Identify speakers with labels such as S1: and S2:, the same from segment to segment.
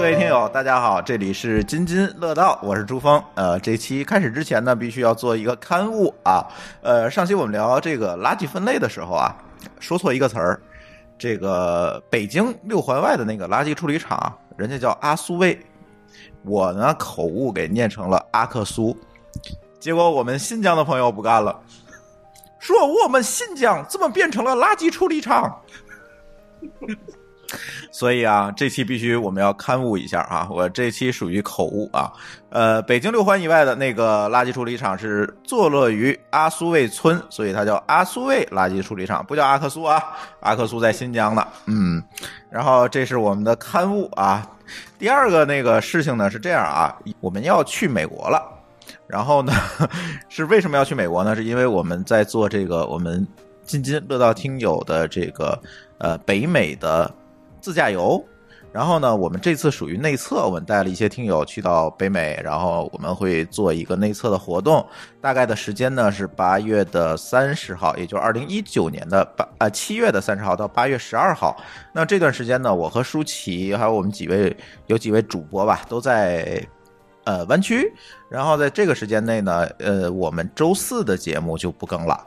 S1: 位听友，大家好，这里是津津乐道，我是朱峰。呃，这期开始之前呢，必须要做一个刊物啊。呃，上期我们聊这个垃圾分类的时候啊，说错一个词儿，这个北京六环外的啊那个垃圾处理厂，人家叫阿苏卫，我呢口误给念成了阿克苏，结果我们新疆的朋友不干了，说我们新疆怎么变成了垃圾处理厂？所以啊，这期必须我们要刊物一下啊！我这期属于口误啊。呃，北京六环以外的那个垃圾处理厂是坐落于阿苏卫村，所以它叫阿苏卫垃圾处理厂，不叫阿克苏啊。阿克苏在新疆呢，嗯。然后这是我们的刊物啊。第二个那个事情呢是这样啊，我们要去美国了。然后呢， 是为什么要去美国呢？是因为我们在做这个我们津津乐道听友的这个呃北美的自驾游。然后呢，我们这次属于内测，我们带了一些听友去到北美，然后我们会做一个内测的活动，大概的时间呢是八月的三十号，也就是二零一九年的八呃七月的三十号到八月十二号。那这段时间呢，我和舒淇还有我们几位有几位主播吧，都在呃湾区。然后在这个时间内呢，呃，我们周四的节目就不更了，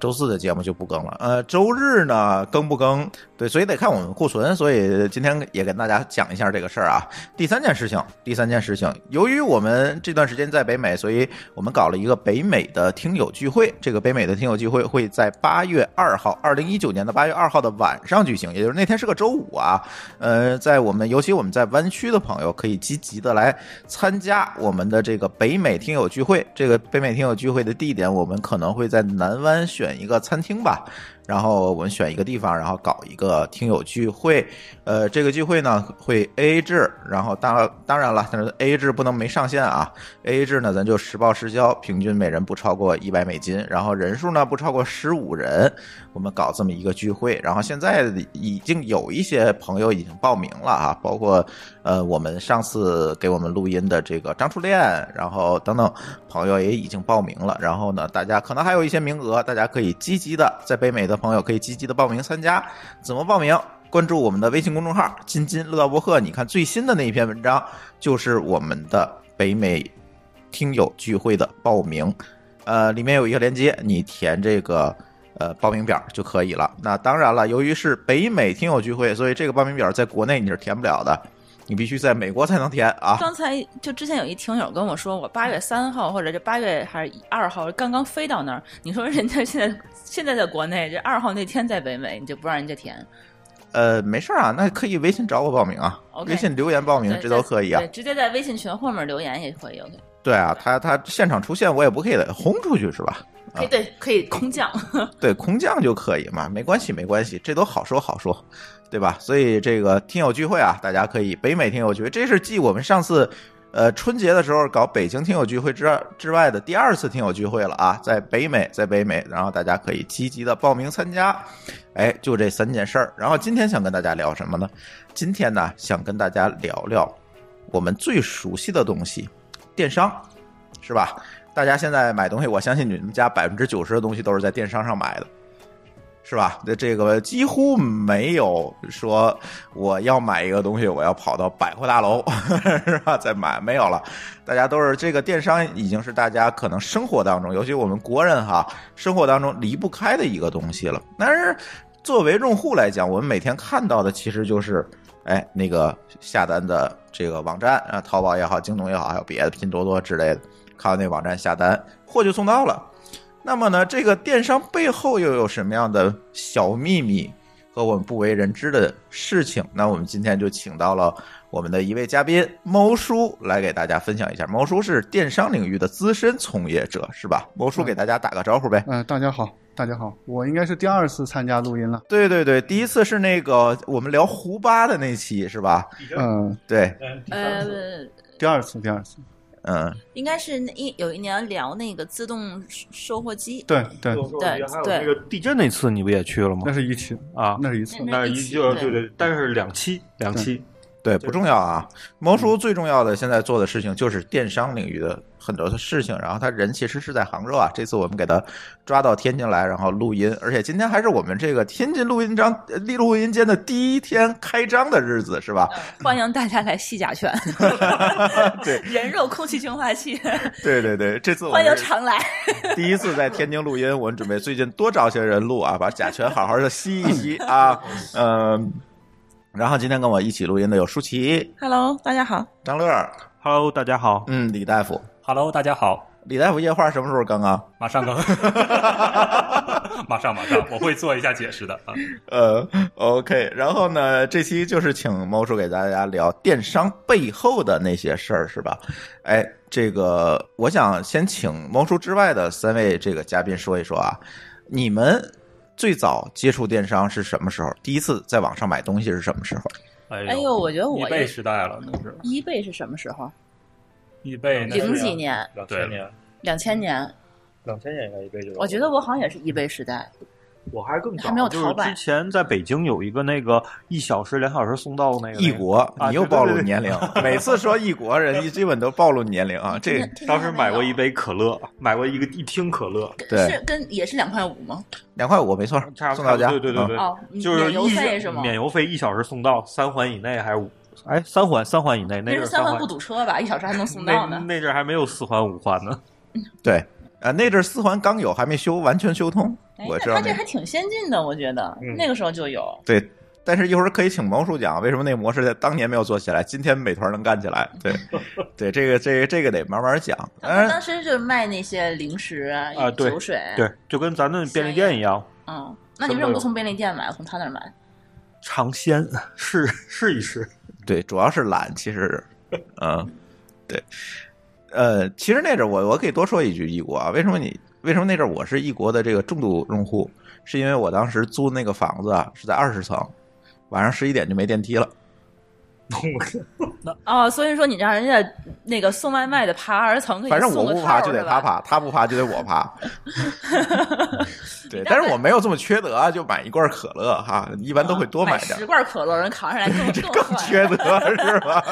S1: 周四的节目就不更了。呃，周日呢更不更？对，所以得看我们库存。所以今天也跟大家讲一下这个事儿啊。第三件事情，第三件事情，由于我们这段时间在北美，所以我们搞了一个北美的听友聚会。这个北美的听友聚会会在八月二号，二零一九年的八月二号的晚上举行，也就是那天是个周五啊。呃，在我们尤其我们在湾区的朋友可以积极的来参加我们的这个北美听友聚会。这个北美听友聚会的地点，我们可能会在南湾选一个餐厅吧。然后我们选一个地方，然后搞一个听友聚会。呃，这个聚会呢会 A A 制，然后当当然了，但是 A A 制不能没上限啊。A A 制呢，咱就实报实销，平均每人不超过一百美金，然后人数呢不超过十五人。我们搞这么一个聚会，然后现在已经有一些朋友已经报名了啊，包括呃我们上次给我们录音的这个张初恋，然后等等朋友也已经报名了。然后呢，大家可能还有一些名额，大家可以积极的在北美的。的朋友可以积极的报名参加，怎么报名？关注我们的微信公众号“津津乐道博客”，你看最新的那一篇文章就是我们的北美听友聚会的报名，呃，里面有一个链接，你填这个呃报名表就可以了。那当然了，由于是北美听友聚会，所以这个报名表在国内你是填不了的。你必须在美国才能填啊！
S2: 刚才就之前有一听友跟我说，我八月三号或者这八月还是二号刚刚飞到那儿。你说人家现在 现在在国内，这二号那天在北美，你就不让人家填？
S1: 呃，没事啊，那可以微信找我报名啊
S2: ，okay,
S1: 微信留言报名这都可以啊，
S2: 对直接在微信群后面留言也可以。OK。
S1: 对啊，他他现场出现我也不可以轰出去是吧？
S2: 可以对，可以空降，
S1: 对空降就可以嘛，没关系没关系，这都好说好说，对吧？所以这个听友聚会啊，大家可以北美听友聚会，这是继我们上次呃春节的时候搞北京听友聚会之之外的第二次听友聚会了啊，在北美在北美，然后大家可以积极的报名参加，哎，就这三件事儿。然后今天想跟大家聊什么呢？今天呢想跟大家聊聊我们最熟悉的东西，电商，是吧？大家现在买东西，我相信你们家百分之九十的东西都是在电商上买的，是吧？那这个几乎没有说我要买一个东西，我要跑到百货大楼 是吧再买，没有了。大家都是这个电商已经是大家可能生活当中，尤其我们国人哈，生活当中离不开的一个东西了。但是作为用户来讲，我们每天看到的其实就是。哎，那个下单的这个网站啊，淘宝也好，京东也好，还有别的拼多多之类的，看到那网站下单，货就送到了。那么呢，这个电商背后又有什么样的小秘密和我们不为人知的事情？那我们今天就请到了我们的一位嘉宾猫叔来给大家分享一下。猫叔是电商领域的资深从业者，是吧？猫叔给大家打个招呼呗。
S3: 嗯、呃，大家好。大家好，我应该是第二次参加录音了。
S1: 对对对，第一次是那个我们聊胡巴的那期是吧？
S3: 嗯，
S1: 对。
S2: 呃，
S3: 第二次，第二次。
S1: 嗯，
S2: 应该是一有一年聊那个自动售货机。
S3: 对对
S1: 哦
S2: 对对。
S4: 那个地震那次你不也去了吗？
S3: 那是一期
S4: 啊，
S1: 嗯
S4: 嗯
S3: 那是一次，
S2: 那
S4: 是一
S2: 期
S4: 对对，但是两期两期。
S1: 对，不重要啊。猫叔最重要的现在做的事情就是电商领域的很多的事情，然后他人其实是在杭州啊。这次我们给他抓到天津来，然后录音，而且今天还是我们这个天津录音章呃录音间的第一天开张的日子，是吧？
S2: 欢迎大家来吸甲醛，
S1: 对
S2: 人肉空气净化器，
S1: 对对对，这次我
S2: 欢迎
S1: 们
S2: 常来。
S1: 第一次在天津录音，我们准备最近多找些人录啊，把甲醛好好的吸一 吸啊，嗯、然后今天跟我一起录音的有舒淇、
S2: Hello，大家好，
S1: 张乐，
S4: Hello，大家好。
S1: 嗯，李大夫。
S4: Hello，大家好。
S1: 李大夫夜话什么时候更啊？
S4: 马上更， 马上马上，我会做一下解释的啊。
S1: 呃，OK，然后呢，这期就是请猫叔给大家聊电商背后的那些事儿，是吧？哎，这个我想先请猫叔之外的三位这个嘉宾说一说啊，你们最早接触电商是什么时候？第一次在网上买东西是什么时候？
S4: 哎
S2: 哎呦，我觉得我
S5: 易贝时代了，都是
S2: 一贝是什么时候？
S5: 易贝那是
S2: 零几年，
S5: 两千年，
S2: 两
S1: 嗯
S2: 千年，
S5: 两千年应该易贝就有了
S2: 我觉得我好像也是一贝时代。
S5: 我还更早，
S2: 还没有
S4: 就
S2: 淘
S4: 是
S2: 宝
S4: 之前在北京有一个那个一小时、两小时送到那个
S1: 异，国，
S4: 啊
S1: 你又
S4: 对对
S1: 暴露
S4: 对对
S1: 年 龄。每次说异国人，基本都暴露年龄啊。这
S2: 天津
S4: 当时
S2: 还没有
S4: 买过一杯可乐，买过一个一听可乐，
S1: 对
S2: 是跟也是两块五吗？
S1: 两块五没错，
S4: 差不
S1: 送
S4: 多
S1: 到家。
S4: 对对对
S1: 嗯
S4: 对，
S2: 哦，
S4: 就是
S2: 免邮
S4: 一
S2: 费是吗？
S4: 免邮费一小时送到，三环以内还是五？哎，三环三环以内，
S2: 那
S4: 阵
S2: 是
S4: 儿
S2: 三
S4: 环
S2: 环不堵车吧？一小时还能送
S4: 那
S2: 到呢。
S4: 那阵儿还没有四环五环呢。
S1: 对啊，那阵儿四环刚有，还没修，完全修通。
S2: 哎
S1: 我，知
S2: 那
S1: 道
S2: 他
S1: 那
S2: 这
S1: 个
S2: 还挺先进的，我觉得
S5: 嗯
S2: 那个时候就有。
S1: 对，但是一会儿可以请毛叔讲为什么那个模式在当年没有做起来，今天美团能干起来。对， 对，这个这个这个得慢慢 讲。
S2: 他
S1: 嗯、
S2: 当时就是卖那些零食啊
S4: 啊对
S2: 酒水，
S4: 对，就跟咱那便利店一样，
S2: 嗯，那你为什么不从便利店买，从他那儿买？
S4: 尝鲜试试一试。
S1: 对，主要是懒，其实，嗯，对，呃，其实那阵儿我我可以多说一句异国啊，为什么你为什么那阵儿我是异国的这个重度用户，是因为我当时租那个房子啊是在二十层，晚上十一点就没电梯了。
S2: 哦，所以说你让人家那个送外卖的爬二层，给你
S1: 反正
S2: 送
S1: 我
S2: 个
S1: 不
S2: 套
S1: 爬
S2: 儿
S1: 就得
S2: 是
S1: 他爬，
S2: 吧
S1: 他不爬就得我 爬。对，但是我没有这么缺德啊，就买一罐可乐哈，一般都会多
S2: 买
S1: 点
S2: 十
S1: 儿，
S2: 罐可乐，人扛 上来更
S1: 更
S2: 更
S1: 缺德是吧？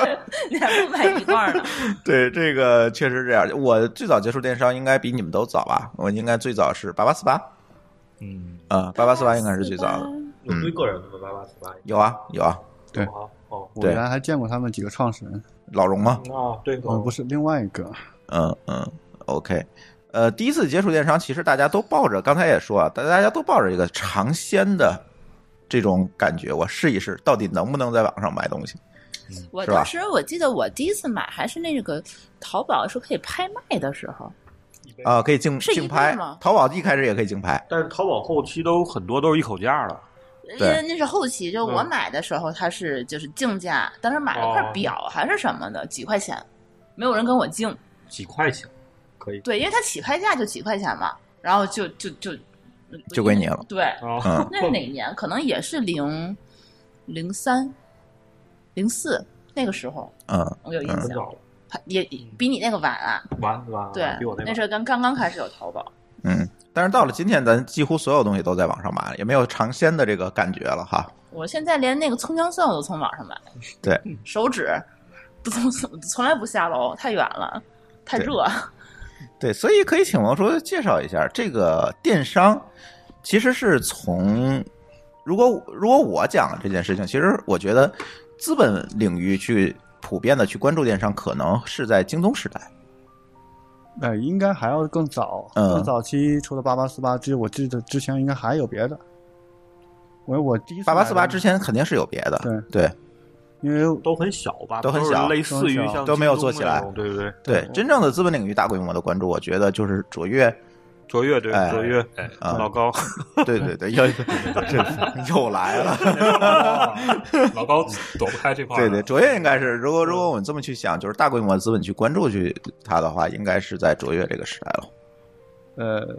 S2: 你还不买一罐呢？
S1: 对，这个确实这样。我最早接触电商应该比你们都早吧？我应该最早是八八四八
S5: 嗯，
S1: 啊，八八四八应该是最早的。
S5: 有追个人的吗？八八四八
S1: 有啊有啊，
S3: 对
S5: 啊，哦，
S3: 我
S1: 对
S3: 原来还见过他们几个创始人，
S1: 老荣吗？
S5: 啊，对，
S3: 哦，不是另外一个，
S1: 嗯嗯，OK。呃，第一次接触电商，其实大家都抱着，刚才也说啊，大大家都抱着一个尝鲜的这种感觉，我试一试，到底能不能在网上买东西。
S2: 我
S1: 是吧
S2: 当时我记得我第一次买还是那个淘宝是可以拍卖的时候，
S1: 啊、可以竞
S2: 是一
S1: 竞拍
S2: 个吗，
S1: 淘宝一开始也可以竞拍，
S4: 但是淘宝后期都很多都是一口价了，
S2: 因为那是后期，
S5: 嗯
S2: 就我买的时候它是就是竞价，当时买了
S5: 哦
S2: 块表还是什么的，几块钱，没有人跟我竞，
S5: 几块钱可以
S2: 对，因为它起拍价就几块钱嘛，然后就就就
S1: 就归你了
S2: 对，
S5: 啊
S1: 嗯
S2: 那是哪年？可能也是零零三、零四那个时候，
S1: 嗯，
S2: 我有印
S5: 很
S2: 象，
S5: 早了，
S2: 它也比你那个晚啊。
S5: 晚晚
S2: 对，
S5: 嗯比我那
S2: 那
S5: 晚
S2: 时候刚刚刚开始有淘宝，
S1: 嗯，但是到了今天，咱几乎所有东西都在网上买了，也没有尝鲜的这个感觉了哈。
S2: 我现在连那个葱姜蒜我都从网上买，
S1: 对，
S2: 手指不从从从来不下楼，太远了，太
S1: 对
S2: 热。
S1: 对，所以可以请王叔介绍一下这个电商，其实是从如果如果我讲这件事情，其实我觉得资本领域去普遍的去关注电商，可能是在京东时代。
S3: 呃，应该还要更早，
S1: 嗯
S3: 更早期除了八八四八之，我记得之前应该还有别的。我我第一次
S1: 八八四
S3: 买
S1: 八
S3: 的
S1: 之，前肯定是有别的，对对
S3: 因为
S4: 都很小吧，
S1: 都很
S4: 是
S1: 小
S4: 类似于像
S1: 都没有
S4: 京东
S1: 做起来
S4: 那种对不对？
S1: 对，真正的资本领域大规模的关注，我觉得就是卓越，
S4: 卓越对
S1: 哎
S4: 卓越，
S5: 哎
S1: 啊
S4: 老高，
S1: 对对对，又这 又来了，
S5: 老高躲不开这块儿
S1: 对
S5: 了，
S1: 对，卓越应该是，如果如果我们这么去想，就是大规模的资本去关注去它的话，应该是在卓越这个时代了。
S3: 呃，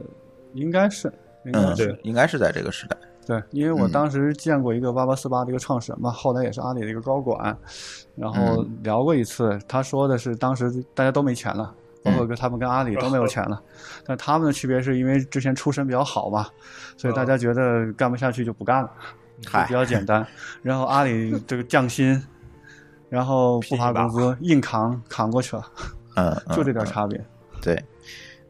S3: 应该是应该
S1: 嗯
S3: 是、，
S1: 应该是在这个时代。
S3: 对，因为我
S1: 嗯
S3: 当时见过一个八八四八的一个创始人嘛，后来也是阿里的一个高管，然后
S1: 嗯
S3: 聊过一次，他说的是当时大家都没钱了。包
S1: 嗯
S3: 括跟他们跟阿里都没有钱 了，但他们的区别是因为之前出身比较好嘛，所以大家觉得干不下去就不干了，就
S1: 哦嗨
S3: 比，较简单。然后阿里这个降薪，然后不发 工资，硬扛扛过去了，
S1: 嗯，
S3: 就这
S1: 嗯
S3: 点差别。
S1: 对，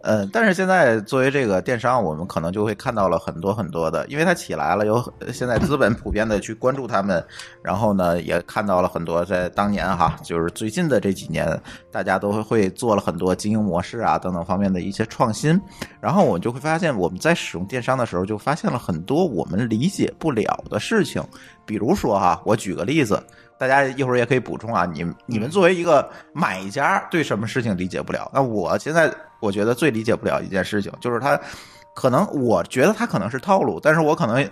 S1: 呃，但是现在作为这个电商，我们可能就会看到了很多很多的，因为它起来了，有很现在资本普遍的去关注他们，然后呢，也看到了很多在当年哈，就是最近的这几年，大家都会做了很多经营模式啊等等方面的一些创新，然后我就会发现我们在使用电商的时候，就发现了很多我们理解不了的事情，比如说哈，我举个例子。大家一会儿也可以补充啊。你
S3: 嗯
S1: 们你们作为一个买家，对什么事情理解不了？那我现在我觉得最理解不了一件事情，就是他可能我觉得他可能是套路，但是我可能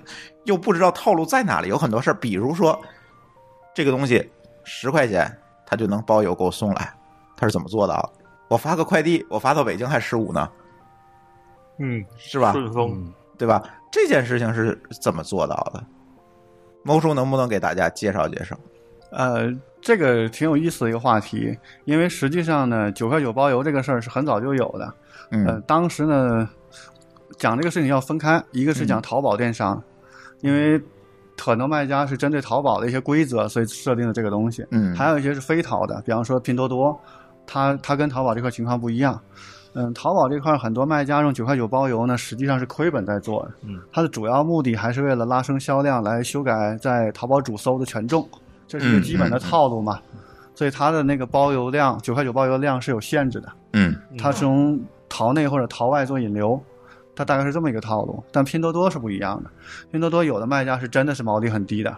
S1: 又不知道套路在哪里。有很多事儿，比如说这个东西十块钱，他就能包邮给我送来，他是怎么做的啊？我发个快递，我发到北京还十五呢，
S5: 嗯，
S1: 是吧？
S5: 顺丰
S4: 嗯
S1: 对吧？这件事情是怎么做到的？猫叔能不能给大家介绍介绍？
S3: 呃，这个挺有意思的一个话题，因为实际上呢，九块九包邮这个事儿是很早就有的。呃，
S1: 嗯
S3: 当时呢，讲这个事情要分开，一个是
S1: 嗯
S3: 讲淘宝电商，因为很多卖家是针对淘宝的一些规则，所以设定的这个东西。
S1: 嗯，
S3: 还有一些是非淘的，比方说拼多多，它它跟淘宝这块情况不一样。嗯，淘宝这块很多卖家用九块九包邮呢，实际上是亏本在做的。
S5: 嗯，
S3: 它的主要目的还是为了拉升销量，来修改在淘宝主搜的权重，这
S1: 嗯
S3: 是一个基本的套路嘛。所以它的那个包邮量，九块九包邮量是有限制的，
S1: 嗯。
S3: 它是从淘内或者淘外做引流，它大概是这么一个套路。但拼多多是不一样的，拼多多有的卖家是真的是毛利很低的。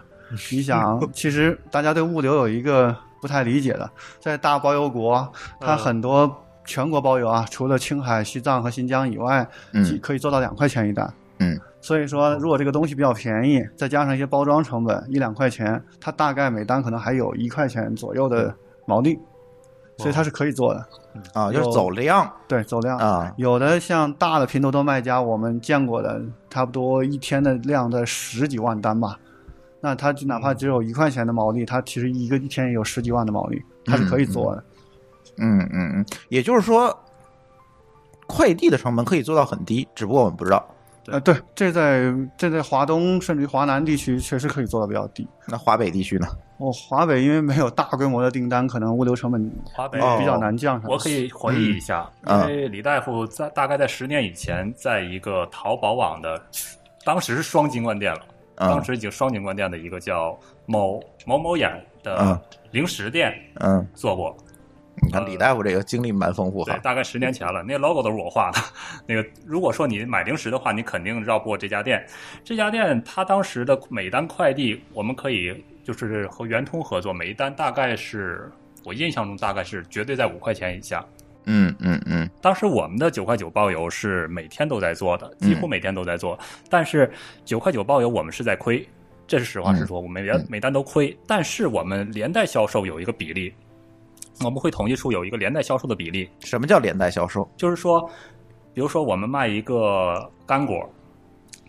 S3: 你想，其实大家对物流有一个不太理解的，在大包邮国，它
S5: 嗯
S3: 很多全国包邮啊，除了青海、西藏和新疆以外，
S1: 嗯
S3: 几可以做到两块钱一单。
S1: 嗯，
S3: 所以说，如果这个东西比较便宜，再加上一些包装成本一两块钱，它大概每单可能还有一块钱左右的毛利，所以它是可以做的。
S1: 啊，就是
S3: 有
S1: 走量
S3: 对，走量
S1: 啊，
S3: 有的像大的拼多多卖家，我们见过的，差不多一天的量在十几万单吧。那他就哪
S4: 嗯
S3: 怕只有一块钱的毛利，他其实一个一天也有十几万的毛利，他是可以做的。
S1: 嗯嗯嗯，也就是说，快递的成本可以做到很低，只不过我们不知道。
S4: 嗯
S3: 呃，对，这在这在华东甚至于华南地区确实可以做到比较低。
S1: 那华北地区呢？
S3: 我、华北因为没有大规模的订单，可能物流成本
S4: 华北
S1: 哦
S3: 比较难降下来。
S4: 我可以回忆一下，
S1: 嗯
S4: 因为李大夫在大概在十年以前，在一个淘宝网的，当时是双金冠店了，
S1: 嗯
S4: 当时已经双金冠店的一个叫某某某眼
S1: 嗯
S4: 的零食店
S1: 嗯，
S4: 做过，
S1: 你看李大夫这个经历蛮丰富
S4: 对
S1: 哈，。
S4: 大概十年前了，那 logo 都是我画的。 那个如果说你买零食的话，你肯定绕不过这家店。这家店它当时的每单快递，我们可以就是和圆通合作，每一单大概是我印象中大概是绝对在五块钱以下。
S1: 嗯嗯嗯
S4: 当时我们的九块九包邮是每天都在做的，几乎每天都在做。但是九块九包邮我们是在亏，这是实话实说，我们每单每单都亏。但是我们连带销售有一个比例，我们会统计出有一个连带销售的比例，
S1: 什么叫连带销售？
S4: 就是说，比如说我们卖一个干果，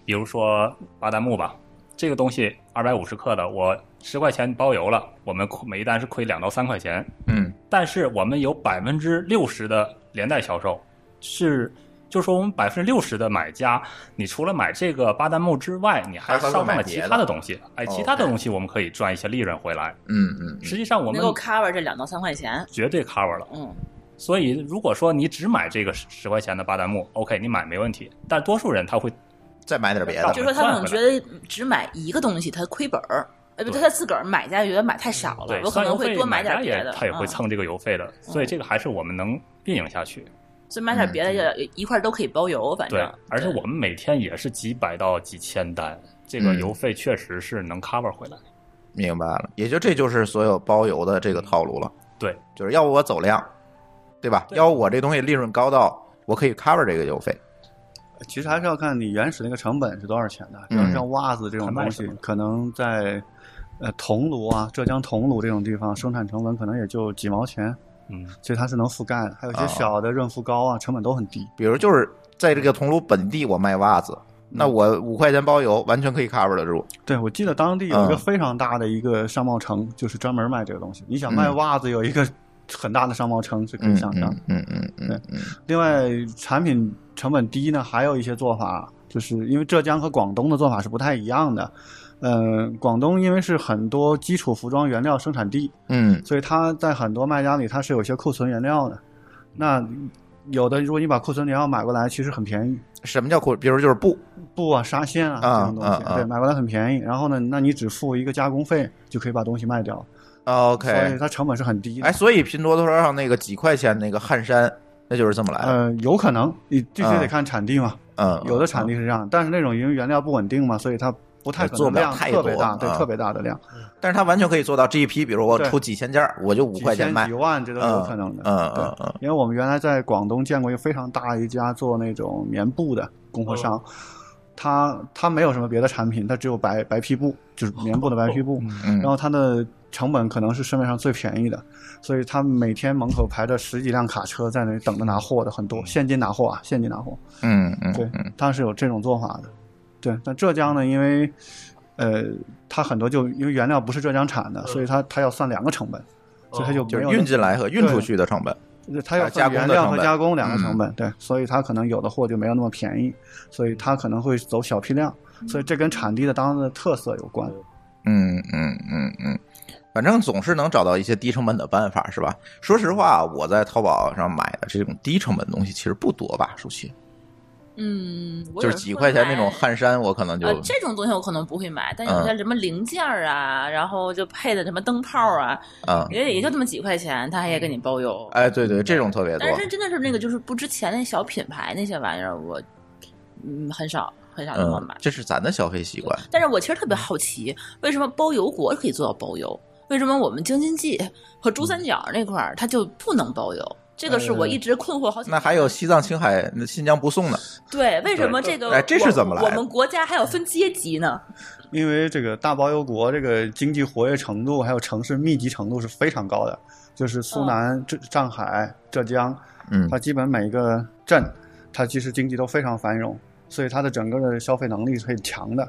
S4: 比如说巴旦木吧，这个东西二百五十克的，我十块钱包邮了，我们亏每一单是亏两到三块钱，
S1: 嗯
S4: 但是我们有百分之六十的连带销售，是就是说我们百分之六十的买家，你除了买这个巴旦木之外，你还
S1: 还会
S4: 上当
S1: 买
S4: 了
S1: 别
S4: 其
S1: 的
S4: 他的东西，哎，其他的
S1: OK
S4: 东西我们可以赚一些利润回来。
S1: 嗯嗯
S4: 实际上我
S2: 能
S4: 们
S2: 够 cover 这两到三块钱。
S4: 绝对 cover 了。
S2: 嗯，
S4: 所以，如果说你只买这个十十块钱的巴旦木，OK，你买没问题。但多数人他会
S1: 再买点别
S4: 到
S1: 的
S4: 底
S2: 就是说他们总觉得只买一个东西他亏本儿，呃，不，
S4: 对
S2: 他自个儿买家觉得买太少了
S4: 对，
S2: 我可
S4: 算
S2: 能
S4: 邮
S2: 会
S4: 费，
S2: 多
S4: 买
S2: 点
S4: 家
S2: 别
S4: 也
S2: 的，
S4: 他也会
S2: 嗯
S4: 蹭这个邮费的，所以这个还是我们能运营下去。
S2: 所以买
S1: 嗯
S2: 点别的也一块儿都可以包邮，反正
S4: 对，而且
S2: 对
S4: 我们每天也是几百到几千单，这个
S1: 嗯
S4: 邮费确实是能 cover 回来。
S1: 明白了，也就这就是所有包邮的这个套路了。
S4: 嗯对，
S1: 就是要不我走量，对吧？
S4: 对
S1: 要不我这东西利润高到我可以 cover 这个邮费。
S3: 其实还是要看你原始那个成本是多少钱的。比
S1: 嗯
S3: 如像袜子这种
S4: 还卖
S3: 东
S4: 什
S3: 西
S4: 么的，
S3: 可能在呃桐庐啊、浙江桐庐这种地方，生产成本可能也就几毛钱，
S4: 嗯，
S3: 所以它是能覆盖的。还有一
S1: 哦
S3: 些小的润肤膏啊，成本都很低。
S1: 比如就是在这个桐庐本地我卖袜子，
S4: 嗯
S1: 那我五块钱包邮完全可以 cover 得住。
S3: 对，我记得当地有一个
S1: 嗯
S3: 非常大的一个商贸城，就是专门卖这个东西。你想卖
S1: 嗯
S3: 袜子，有一个很大的商贸城是可以想象的。
S1: 嗯嗯嗯嗯嗯
S3: 另外，产品成本低呢，还有一些做法，就是因为浙江和广东的做法是不太一样的。呃，广东因为是很多基础服装原料生产地，
S1: 嗯
S3: 所以它在很多卖家里它是有一些库存原料的。那有的，如果你把库存原料买过来，其实很便宜，
S1: 什么叫库？比如就是布，
S3: 布啊、纱线啊
S1: 啊
S3: 这种东
S1: 啊
S3: 西，
S1: 啊
S3: 对，买过来很便宜。然后呢，那你只付一个加工费就可以把东西卖掉，所以
S1: 啊 OK，
S3: 它成本是很低的。
S1: 哎，所以拼多多上那个几块钱那个汗衫，那就是这么来的。
S3: 呃，有可能你必须
S1: 啊
S3: 得看产地嘛，
S1: 嗯，
S3: 有的产地是这样，但是那种因为原料不稳定嘛，所以它不太可
S1: 哎做
S3: 能
S1: 不了
S3: 量
S1: 太
S3: 特别
S1: 多
S3: 大，对
S1: 啊
S3: 特别大的量，
S1: 嗯，但是它完全可以做到这一批，比如我
S3: 对
S1: 出几千件儿，我就五
S3: 几
S1: 块钱
S3: 千
S1: 卖
S3: 几。万这都是有可能的。
S1: 嗯嗯嗯
S3: 因为我们原来在广东见过一个非常大一家做那种棉布的供货商，他他没有什么别的产品，他只有白白坯布，就是棉布的白坯布，
S1: 嗯，
S3: 然后它的成本可能是市面上最便宜的，所以他每天门口排着十几辆卡车在那里等着拿货的很多，现金拿货啊，现金拿货，
S1: 嗯嗯
S3: 对
S1: 嗯，
S3: 它是有这种做法的。对，但浙江呢，因为呃，它很多就因为原料不是浙江产的，所以它它要算两个成本，所以它就
S1: 嗯哦就
S3: 没
S1: 是
S3: 有
S1: 运进来和运出去的成本。
S3: 就是它要
S1: 呃加
S3: 算
S1: 工的
S3: 原料和
S1: 成本嗯
S3: 加工两个成本，对，所以它可能有的货就没有那么便宜，所以它可能会走小批量，所以这跟产地的当地的特色有关。
S1: 嗯嗯嗯嗯，反正总是能找到一些低成本的办法，是吧？说实话，我在淘宝上买的这种低成本的东西其实不多吧，舒淇，
S2: 嗯，我
S1: 就
S2: 有
S1: 是
S2: 时
S1: 几
S2: 候
S1: 块钱那
S2: 买
S1: 种汗衫，我可能就嗯
S2: 呃，这种东西我可能不会买，但有些什么零件儿啊，然后就配的什么灯泡啊，
S1: 嗯，
S2: 也也就这么几块钱，他也给你包邮。
S1: 哎，对对，这种特别多
S2: 但。是真的是那个就是不值钱那小品牌那些玩意儿，我嗯很少很少那么
S1: 嗯
S2: 买，。
S1: 这是咱的消费习惯。
S2: 但是我其实特别好奇，为什么包邮国可以做到包邮？为什么我们京津冀和珠三角那块儿它就不能包邮？这个是我一直困惑好几。
S1: 那还有西藏、青海、那新疆不送呢？
S2: 对，为什么这个
S1: 哎这是
S2: 我
S1: 怎么来的
S2: 我们国家还有分阶级呢？
S3: 因为这个大包邮国这个经济活跃程度还有城市密集程度是非常高的，就是苏南、浙、上海、浙江，
S1: 嗯
S3: 它基本每个镇，它其实经济都非常繁荣，所以它的整个的消费能力是很强的，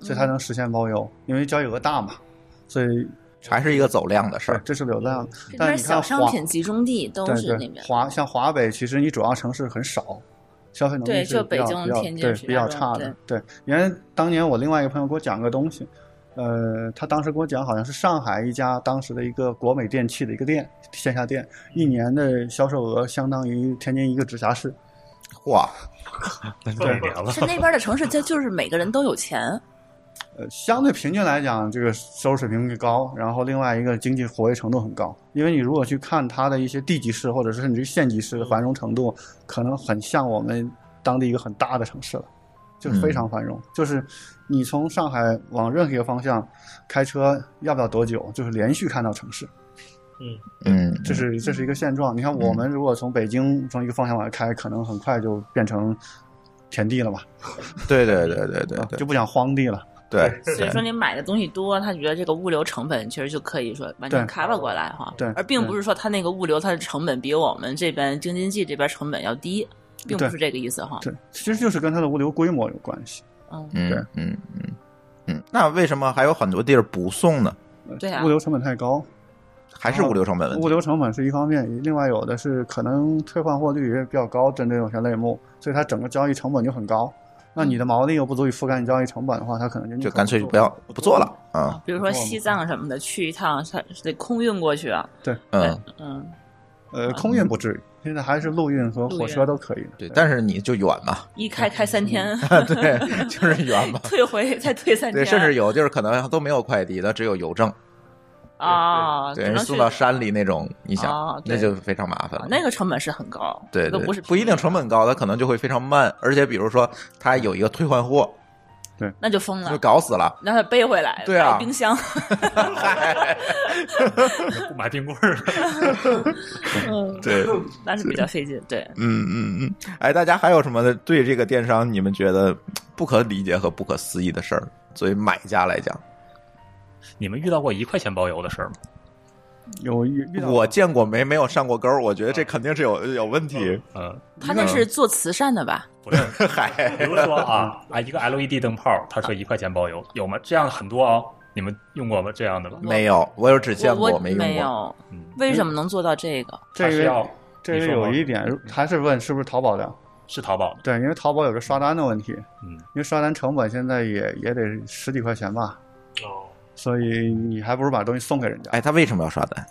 S3: 所
S2: 嗯
S3: 以它能实现包邮，因为交易额大嘛，所以
S1: 还是一嗯个走量的事
S3: 是
S1: 儿。
S3: 这是流量。
S2: 这
S3: 但
S2: 边
S3: 你看
S2: 小商
S3: 华
S2: 品集中地都
S3: 对
S2: 是
S3: 对
S2: 那边。
S3: 华像华北，其实你主要城市很少，消费能
S2: 对
S3: 力是
S2: 就
S3: 比
S2: 北
S3: 较
S2: 京
S3: 比较
S2: 天津
S3: 对
S2: 石
S3: 比
S2: 家
S3: 较
S2: 庄
S3: 差的。对，原来当年我另外一个朋友给我讲个东西，呃，他当时跟我讲，好像是上海一家当时的一个国美电器的一个店线下店，一年的销售额相当于天津一个直辖市。
S1: 哇，
S4: 过年了
S2: 是那边的城市，就就是每个人都有钱，
S3: 呃，相对平均来讲，这个收入水平更高，然后另外一个经济活跃程度很高。因为你如果去看它的一些地级市或者是甚至于县级市的繁荣程
S2: 嗯
S3: 度，可能很像我们当地一个很大的城市了，就是非
S2: 嗯
S3: 常繁荣。就是你从上海往任何一个方向开车，要不了多久，就是连续看到城市，
S1: 嗯，
S3: 这是这是一个现状。你看我
S2: 嗯
S3: 们如果从北京从一个方向往外开，可能很快就变成田地了吧，
S1: 对对对对对对
S3: 就不讲荒地了。
S1: 对，
S2: 所以说你买的东西多，他觉得这个物流成本其实就可以说完全
S3: 对
S2: cover 过来哈。
S3: 对
S2: 而并不
S1: 嗯
S3: 对
S2: 是说他那个物流它的成本比我们这边京津冀这边成本要低，并不
S3: 对
S2: 是这个意思哈。
S3: 嗯对，其实就是跟它的物流规模有关系。
S2: 嗯，
S1: 嗯嗯嗯嗯，那为什么还有很多地儿不送呢？
S2: 对啊
S3: 物流成本太高，
S1: 还是物流成本问
S3: 物
S1: 题？
S3: 流成本是一方面，另外有的是可能退换货率也比较高，针对有些类目，所以它整个交易成本就很高。那你的毛利又不足以覆盖你交易成本的话，它可能就宁
S1: 嗯就
S3: 可
S1: 干脆就
S3: 做
S1: 不要不做了。啊，
S2: 比如说西藏什么的，去一趟它是得空运过去啊。
S1: 嗯，
S2: 嗯，
S3: 呃，空运不至于，现在还是陆运和火车都可以。
S1: 对，但是你就远 嘛，
S2: 一开开
S1: 嗯
S2: 三 天，，
S1: 对，就是远嘛
S2: 退回再退三天，
S1: 对，甚至有地儿可能都没有快递，那只有邮政，
S2: 啊，
S1: 对，
S2: 只
S1: 人
S2: 能
S1: 送
S2: 去
S1: 到山里那种，你想
S2: 哦，
S1: 那
S2: 对
S1: 就非常麻烦
S2: 啊
S1: 了。
S2: 那个成本是很高，
S1: 对，
S2: 都
S1: 对
S2: 不是
S1: 不一定成本高，它可能就会非常慢，而且比如说它有一个退换货，
S2: 那就疯
S1: 就
S2: 了，
S1: 搞死了。
S2: 让他背回来，
S1: 对啊
S2: 摆冰箱，
S4: 不买冰棍儿了。
S2: 嗯，
S1: 对，
S2: 那是比较费劲，对。
S1: 嗯嗯嗯，哎，大家还有什么对这个电商你们觉得不可理解和不可思议的事儿？作为买家来讲，
S4: 你们遇到过一块钱包邮的事儿吗？
S3: 有遇遇到嗯
S1: 我见过没没有上过钩儿，我觉得这肯定是有有问题。
S4: 嗯，
S2: 他那是做慈善的吧？
S4: 不是，
S3: 嗯
S1: 嗨，
S4: 比如说啊啊，一个 LED 灯泡，他说一块钱包邮，有吗？这样很多哦，你们用过吗？这样的吗？
S1: 没有，我有只见
S2: 我
S1: 过，
S2: 我
S1: 用
S2: 没
S1: 过。
S2: 有，
S4: 嗯，
S2: 为什么能做到这个？
S3: 这
S4: 它是
S3: 个
S4: 要
S3: 这
S4: 你
S3: 个
S4: 说
S3: 有
S4: 吗
S3: 一点还是问是不是淘宝量？
S4: 是淘宝的，
S3: 对，因为淘宝有个刷单的问题，
S4: 嗯
S3: 因为刷单成本现在也也得十几块钱吧，
S5: 哦，
S3: 所以你还不如把东西送给人家。
S1: 哎，他为什么要刷单？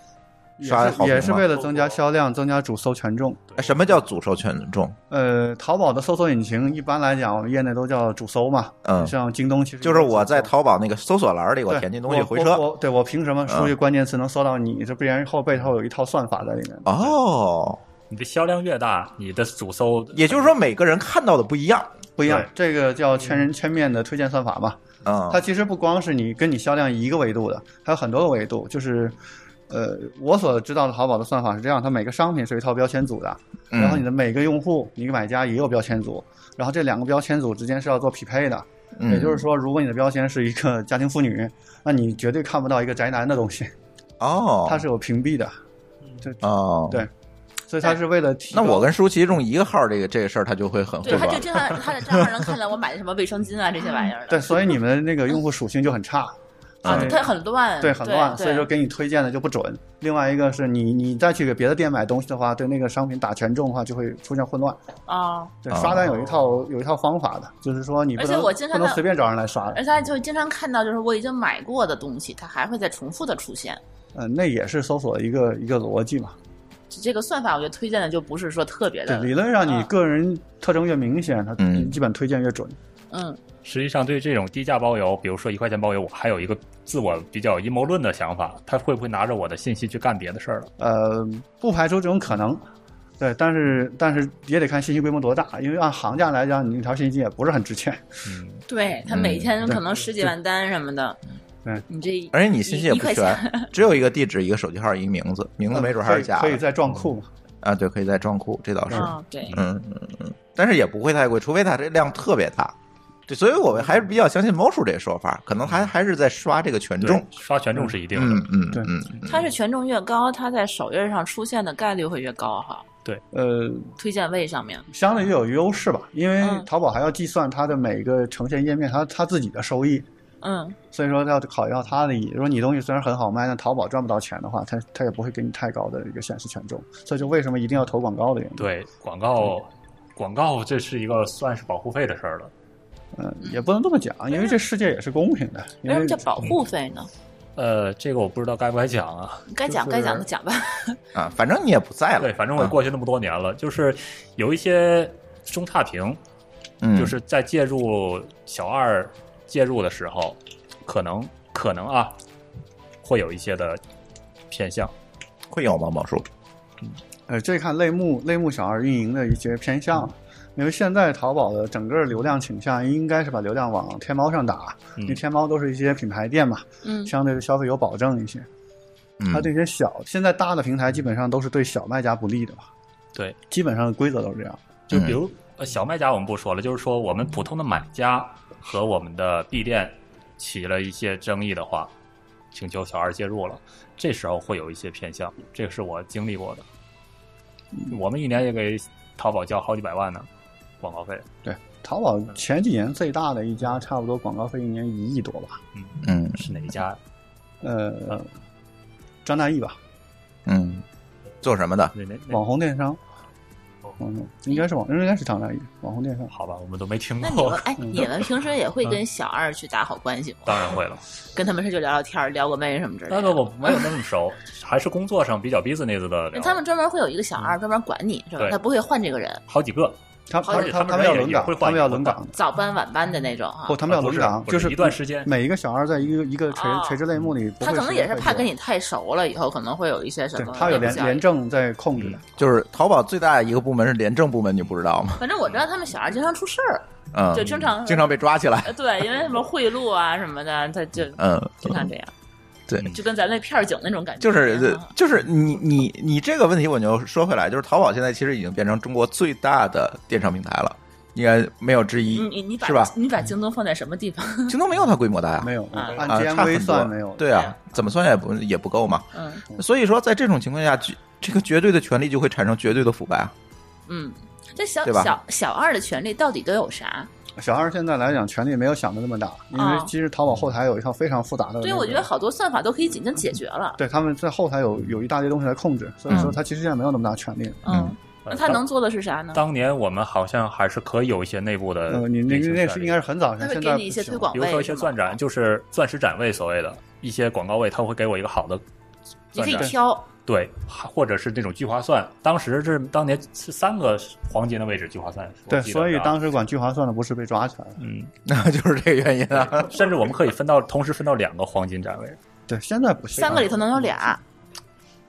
S3: 也
S1: 刷好
S3: 是
S1: 评
S3: 也是
S1: 吗
S3: 为了增加销量，增加主搜权重。
S1: 哎，什么叫主授权重？
S3: 呃，淘宝的搜索引擎一般来讲，我们业内都叫主搜嘛。
S1: 嗯
S3: 像京东其实
S1: 就是我在
S3: 淘。
S1: 淘宝那个搜索栏里，我
S3: 对
S1: 填进东西回
S3: 我
S1: 车。嗯
S3: 我对我凭什么输入关键词能搜到你？这必然后背后有一套算法在里面。
S1: 哦，
S4: 你的销量越大，你的主搜
S1: 也就是说每个人看到的不一样。
S3: 不一样
S4: 对，
S3: 这个叫千人千面的推荐算法嘛。
S1: 嗯
S3: 它，其实不光是你跟你销量一个维度的，还有很多个维度。就是，呃，我所知道的淘宝的算法是这样，它每个商品是有一套标签组的，然后你
S1: 嗯
S3: 的每个用户、你个买家也有标签组，然后这两个标签组之间是要做匹配的。
S1: 嗯
S3: 也就是说，如果你的标签是一个家庭妇女， 那你绝对看不到一个宅男的东西，
S1: 哦，
S3: 它是有屏蔽的。这
S1: 哦，
S3: 对所以它是为了提
S1: 那
S3: 高
S1: 我跟舒淇用一个号，这个这个事儿他就会
S3: 哦
S1: 很
S2: 对，
S1: 混
S2: 他就
S1: 乱。
S2: 经常他在账号上看到我买的什么卫生巾啊这些玩意儿的，
S3: 对，所以你们那个用户属性就很差，
S2: 啊
S1: 嗯，
S2: 他很乱，
S3: 对，
S2: 对，
S3: 很乱，所以
S2: 对
S3: 说给你推荐的就不准。另外一个是你你再去给别的店买东西的话，对那个商品打权重的话，就会出现混乱。
S2: 啊。
S3: 对，
S1: 哦
S3: 刷单有一套有一套方法的，就是说你
S2: 而
S3: 不能
S2: 且我经常
S3: 不能
S2: 在嗯
S3: 随便找人来刷的，
S2: 而且他就经常看到，就是我已经买过的东西，它还会再重复的出现。
S3: 嗯、那也是搜索的一个一个逻辑嘛。
S2: 这个算法，我觉得推荐的就不是说特别
S3: 对，
S2: 的，
S3: 理论上你
S2: 嗯
S3: 个人特征越明显，它
S1: 嗯
S3: 基本推荐越准。
S2: 嗯，
S4: 实际上对这种低价包邮，比如说一块钱包邮，我还有一个自我比较阴谋论的想法，他会不会拿着我的信息去干别的事儿了？
S3: 呃，不排除这种可能。对，但是但是也得看信息规模多大，因为按行价来讲，你那条信息也不是很值钱。
S4: 嗯，
S2: 对他
S1: 嗯
S2: 每天
S3: 对
S2: 可能十几万单什么的，
S3: 对
S2: 你这
S1: 而且你信息也
S2: 一
S1: 不
S2: 块钱
S1: 全，只有一个地址、一个手机号、一个名字，名字没准还是假
S3: 嗯可以可以
S1: 的
S3: 再撞库嘛。
S1: 啊。对，可以再装库，这倒是。
S2: 啊，对，
S1: 嗯嗯嗯，但是也不会太贵，除非它这量特别大。对，所以我还是比较相信猫叔这说法，可能还还是在刷这个权
S4: 对
S1: 重。
S4: 刷权重是一定的。
S1: 嗯嗯
S3: 嗯对
S1: 嗯，嗯
S2: 它是权重越高，它在首页上出现的概率会越高哈，
S1: 嗯
S3: 呃，
S2: 推荐位上面。
S3: 相对于有优势吧，因为
S2: 嗯
S3: 淘宝还要计算它的每个呈现页面它它自己的收益，
S2: 嗯，
S3: 所以说它要考虑到它的利益。如果你东西虽然很好卖，但淘宝赚不到钱的话，它它也不会给你太高的一个显示权重。这就为什么一定要投广告的原因。，
S4: 对，广告，广告这是一个算是保护费的事儿了。
S3: 嗯，也不能这么讲，因为这世界也是公平的。因
S2: 为什
S3: 为嗯
S2: 么叫保护费呢？
S4: 呃，这个我不知道该不该讲啊。
S2: 该讲
S3: 就是
S2: 该讲的讲吧。
S1: 啊，反正你也不在了。啊
S4: 对，反嗯正我也过去那么多年了，就是有一些中差评，
S1: 嗯，
S4: 就是在介入小二介入的时候，可能可能啊，会有一些的偏向。
S1: 会有吗？猫叔？
S3: 呃，这看类目类目小二运营的一些偏向。
S4: 嗯
S3: 因为现在淘宝的整个流量倾向应该是把流量往天猫上打，因为
S4: 嗯，
S3: 天猫都是一些品牌店嘛，
S2: 嗯
S3: 相对的消费有保证一些。
S1: 嗯
S3: 它对一些小，现在大的平台基本上都是对小卖家不利的嘛。
S4: 嗯对，
S3: 基本上的规则都是这样。
S4: 就
S1: 嗯
S4: 比如呃小卖家我们不说了，就是说我们普通的买家和我们的 B 店起了一些争议的话，请求小二介入了，这时候会有一些偏向，这个是我经历过的。我们一年也给淘宝交好几百万呢，广告费。
S3: 淘宝
S4: 嗯
S3: 前几年最大的一家，差不多广告费一年一亿多吧，
S4: 嗯，
S1: 嗯
S4: 是哪一家？嗯
S3: 呃，张大奕吧，
S1: 嗯，做什么的？
S4: 那那那
S3: 网红电商，
S4: 哦
S3: 网红应该是网，应该是张大奕，网红电商。
S4: 好吧，我们都没听
S2: 那你
S4: 过
S2: 们。哎，你们平时也会跟小二去打好关系吗？
S4: 当然会了，
S2: 跟他们是就聊聊天儿，聊个妹什么之类的。
S4: 但是我没有那么熟，还是工作上比较 business
S2: 那
S4: 的聊。
S2: 他们专门会有一个小二专门管你，是吧？
S4: 对
S2: 他不会换这个人，
S4: 好几个，
S3: 他
S4: 而且
S3: 他
S4: 他们
S3: 们要
S4: 人
S3: 轮
S4: 也
S3: 岗
S4: 会，换
S3: 他们要
S4: 一个
S3: 轮岗的，
S2: 早班晚班的那种哈
S3: 不，。他们要
S4: 啊不
S3: 轮
S4: 是
S3: 岗，
S4: 不
S3: 就是
S4: 一段时间
S3: 每一个小孩在一个一个垂
S2: 哦
S3: 垂直类目里不
S2: 他
S3: 会时
S2: 可
S3: 间太久，
S2: 能也是怕跟你太熟了，以后可能会有一些什
S3: 对
S2: 么。啊
S3: 他有廉
S2: 影响
S3: 廉政在控
S4: 嗯
S3: 制的。
S1: 就是淘宝最大的一个部门是廉政部门，你不知道吗？
S2: 反正我知道他们小孩经常出事儿，
S1: 嗯，
S2: 就经常
S1: 经常被抓起来。
S2: 呃对，因为什么贿赂啊什么的，他就
S1: 嗯，
S2: 经常这样，
S1: 对，
S2: 就跟咱那片儿警那种感
S1: 就
S2: 觉一样啊。
S1: 是就是你你你这个问题，我就说回来，就是淘宝现在其实已经变成中国最大的电商平台了，应该没有之一
S2: 你。你你把
S1: 是吧
S2: 你把京东放在什么地方？
S1: 京嗯东没有它规模大呀，
S3: 没有，
S2: 啊
S3: 按
S1: 啊，差
S3: GMV
S1: 很多
S3: 算没有。，
S1: 对啊，怎么算也不也不够嘛。
S2: 嗯
S1: 所以说，在这种情况下，绝这个绝对的权利就会产生绝对的腐败啊。
S2: 嗯，这小
S1: 对吧
S2: 小小二的权利到底都有啥？
S3: 小孩现在来讲权力没有想的那么大，因
S2: 哦
S3: 为其实淘宝后台有一套非常复杂的那个。
S2: 对，我觉得好多算法都可以简单解决了。
S3: 对，他们在后台有有一大堆东西来控制，所以说他其实现在没有那么大权力。
S1: 嗯
S2: 嗯，那他能做的是啥呢？
S4: 呃当年我们好像还是可以有一些内部的
S3: 呃，你那
S4: 那
S3: 那是应该是很早，
S2: 他会
S3: 现
S2: 给
S3: 在
S2: 你一些
S3: 不行
S2: 推广
S4: 比如
S2: 位，
S4: 说一些钻展，，就是钻石展位所谓的一些广告位，他会给我一个好的
S2: 你
S4: 钻
S2: 可以
S4: 展，
S2: 挑。
S4: 对，或者是那种聚划算。当时是当年是三个黄金的位置聚划算，我
S3: 对，
S4: 记得
S3: 所以
S4: 啊
S3: 当时管聚划算的不是被抓起来了。
S4: 嗯，
S1: 那就是这个原因啊。
S4: 甚至我们可以分到同时分到两个黄金展位，
S3: 对，现在不行。
S2: 三个里头能有俩，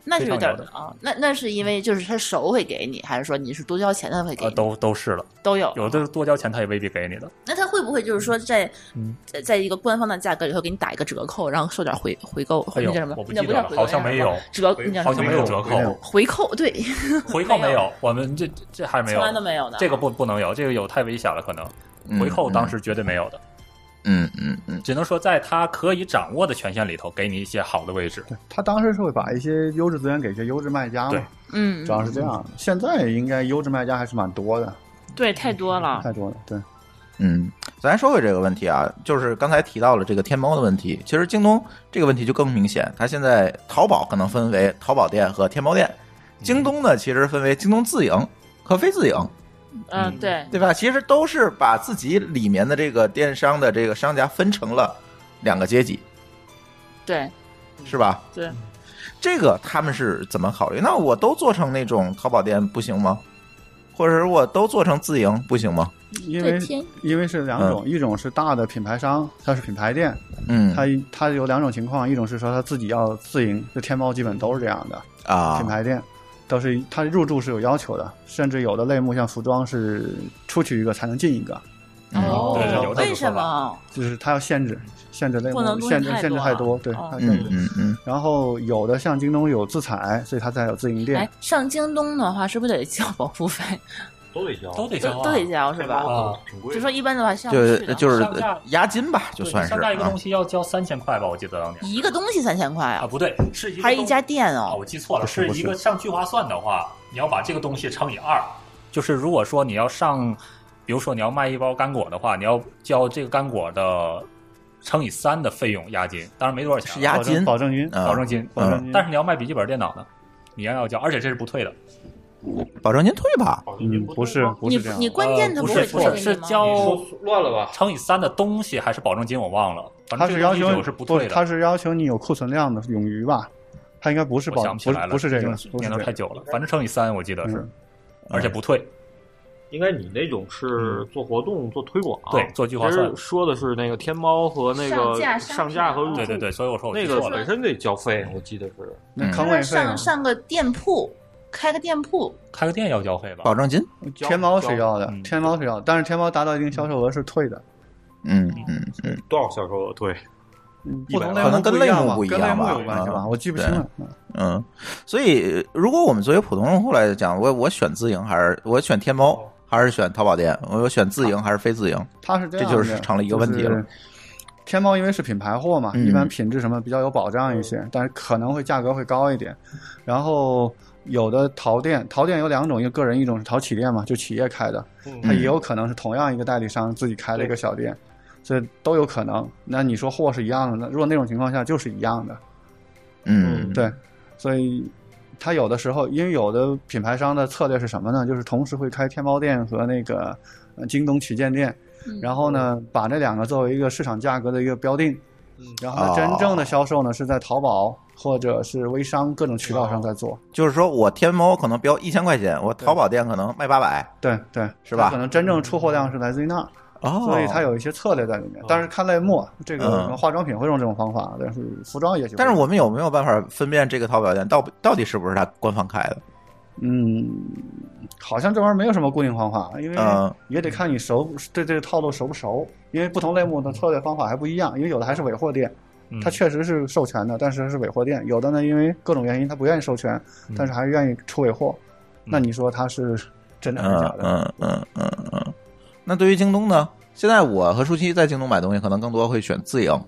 S2: 那是有点儿
S4: 非常
S2: 啊。那那是因为就是他熟会给你，还是说你是多交钱他会给
S4: 呃，
S2: 你？
S4: 都都是了。
S2: 都有。
S4: 有的多交钱他也未必给你的，
S2: 那他会不会就是说在
S4: 嗯
S2: 在在一个官方的价格里头给你打一个折扣，然后收点回回购？
S4: 哎
S2: 那
S4: 呦
S2: 叫什么？
S4: 我不
S2: 那
S4: 记
S2: 不
S4: 得
S2: 叫
S4: 了
S2: 回购
S4: 好像没有
S2: 折，那叫
S4: 好
S2: 什
S4: 像
S2: 么
S4: 没有折
S3: 没有
S4: 扣，
S2: 回扣，对，
S4: 回扣
S2: 没
S4: 没
S2: 有
S4: 有，我们这这这还没有，
S2: 从来都没有的。
S4: 这个不不能有，这个有太危险了，可能
S3: 嗯
S4: 回扣当时绝对没有的，
S1: 嗯，嗯嗯嗯，
S4: 只能说在他可以掌握的权限里头，给你一些好的位置。
S3: 他当时是会把一些优质资源给一些优质卖家
S4: 对
S3: 嘛，
S2: 嗯
S3: 主，要是这样。嗯现在应该优质卖家还是蛮多的，
S2: 对，太多了。
S3: 太多了。对，
S1: 嗯，咱说回这个问题啊，就是刚才提到了这个天猫的问题，其实京东这个问题就更明显，它现在淘宝可能分为淘宝店和天猫店，
S3: 嗯
S1: 京东呢其实分为京东自营和非自营，
S2: 嗯，对，
S1: 对吧？其实都是把自己里面的这个电商的这个商家分成了两个阶级，
S2: 对，
S3: 嗯
S1: 是吧？
S2: 对，
S1: 这个他们是怎么考虑？那我都做成那种淘宝店不行吗？或者是我都做成自营不行吗？
S3: 因为
S2: 对天
S3: 因为是两种，一种是大的品牌商，它是品牌店，
S1: 嗯
S3: 它它有两种情况，一种是说它自己要自营，就天猫基本都是这样的，
S1: 啊
S3: 品牌店都是它入驻是有要求的，甚至有的类目像服装是出去一个才能进一个，
S1: 嗯
S4: 对对有
S2: 哦
S4: 这个
S2: 为
S4: 说
S2: 什
S4: 法
S2: 么？
S3: 就是它要限制限制类目
S2: 不能，东西
S3: 限制
S2: 太
S3: 限制
S2: 多
S3: 太
S2: 了
S3: 多，对，
S2: 哦
S3: 它限制
S1: 嗯嗯嗯，
S3: 然后有的像京东有自采，所以它才有自营店
S2: 哎。，上京东的话，是不是得交保护费？
S5: 都得交，
S4: 都得
S2: 都
S4: 交啊，
S2: 都得交是
S5: 对
S2: 吧？
S4: 啊
S5: 挺贵
S2: 就
S5: 的。
S2: 说一般的话上不去
S1: 就
S2: 的，
S1: 就是
S4: 上架
S1: 呃押金吧，就
S4: 对
S1: 算是
S4: 上架一个
S1: 啊
S4: 东西要交三千块吧，我记得当年
S2: 一个东西三千块
S4: 啊，
S2: 啊，
S4: 不对，是一个
S2: 还是一
S4: 东
S2: 家店
S4: 啊，
S2: 哦？
S4: 我记错了，
S3: 不是
S4: 是
S3: 不
S4: 一
S3: 是
S4: 个上聚划算的话，你要把这个东西乘以二，就是如果说你要上，比如说你要卖一包干果的话，你要交这个干果的乘以三的费用押金，当然没多少钱啊，
S1: 是押
S3: 保证
S1: 金
S3: 保证金，
S1: 啊
S4: 保证金，
S3: 保证金
S4: 但是你要卖笔记本电脑呢，你要要交，而且这是不退的，
S1: 保证金退吧，
S5: 保证金
S3: 嗯，不是
S5: 吗
S3: 不
S2: 你
S3: 是这样
S2: 你，关键它
S4: 呃不
S2: 会
S4: 是不
S2: 退
S4: 是
S2: 给
S4: 是
S2: 你吗？
S4: 交
S5: 你说乱了吧？
S4: 乘以三的东西还是保证金，我忘了，反
S3: 它
S4: 正
S3: 是
S4: 这个
S3: 要
S4: 东西
S3: 求
S4: 我是不退的。
S3: 它是要求你有库存量的冗余吧？它应该不是
S4: 我
S3: 保
S4: 想不起
S3: 不
S4: 来
S3: 是
S4: 了，
S3: 不是这个
S4: 已经
S3: 不是
S4: 年
S3: 这
S4: 头太
S3: 个，
S4: 久了，反正乘以三，我记得是
S3: 嗯，
S1: 呃
S4: 而且不退。
S5: 应该你那种是做活动、做推广，
S4: 嗯对做计划
S5: 其
S4: 算
S5: 实说的是那个天猫和那个
S2: 上架
S5: 上架和入驻
S4: 对对对，所以我说我
S5: 那
S4: 记
S5: 个
S4: 错
S5: 本
S4: 了，
S5: 身得交费，我记得是。
S3: 那
S1: 嗯
S3: 坑
S2: 就是
S3: 位费
S2: 上
S3: 啊，
S2: 上个店铺，开个店铺，
S4: 开个店要交费吧？
S1: 保证金，
S5: 交
S3: 天猫是
S5: 交
S3: 要的
S4: 嗯，
S3: 天猫是要的，但是天猫达到一定销售额是退的。
S1: 嗯嗯嗯，
S5: 多少销售额？对，
S3: 不同类
S1: 可能
S3: 目
S1: 跟
S3: 不一
S1: 类
S3: 样
S1: 目
S3: 嘛
S1: 不一
S3: 跟
S1: 样
S3: 类目
S1: 吧
S3: 有关系吧？
S1: 嗯
S3: 我记不清了。嗯
S1: 嗯，所以如果我们作为普通用户来讲，我我选自营还是我选天猫
S4: 哦
S1: 还是选淘宝店？我选自营还是非自营？
S3: 它是样的，
S1: 这就
S3: 就是
S1: 成了一个问题了
S3: 是天猫因为是品牌货嘛，
S1: 嗯
S3: 一般品质什么比较有保障一
S4: 嗯
S3: 些，但是可能会价格会高一点。然后有的淘店，淘店有两种，一个个人，一种是淘企店嘛，就企业开的，它
S5: 嗯，
S3: 也有可能是同样一个代理商自己开了一个小店，这都有可能。那你说货是一样的，那如果那种情况下就是一样的，
S1: 嗯，
S3: 对，所以。它有的时候，因为有的品牌商的策略是什么呢？就是同时会开天猫店和那个呃京东旗舰店，
S2: 嗯
S3: 然后呢，把这两个作为一个市场价格的一个标定，
S5: 嗯
S3: 然后呢，
S1: 哦
S3: 真正的销售呢是在淘宝或者是微商各种渠道上在做。
S1: 就是说我天猫可能标一千块钱，我淘宝店可能卖八百，
S3: 对对，
S1: 是吧
S3: 它可能真正出货量是来自于那儿，
S1: 哦，
S3: 所以它，有一些策略在里面
S5: 哦。
S3: 但是看类目，啊这个
S1: 嗯
S3: 什么化妆品会用这种方法，但是服装也许会。
S1: 但是我们有没有办法分辨这个淘宝店到到底是不是它官方开的？
S3: 嗯，好像这玩意儿没有什么固定方法，因为
S1: 嗯
S3: 也得看你熟对这个套路熟不熟，因为不同类目的策略方法还不一样，因为有的还是尾货店。
S4: 嗯
S3: 它确实是授权的，但是是尾货店。有的呢，因为各种原因他不愿意授权，
S1: 嗯
S3: 但是还是愿意出尾货。那你说他是真的还是假
S1: 嗯
S3: 的？
S1: 嗯嗯嗯嗯。那对于京东呢？现在我和舒淇在京东买东西，可能更多会选自营，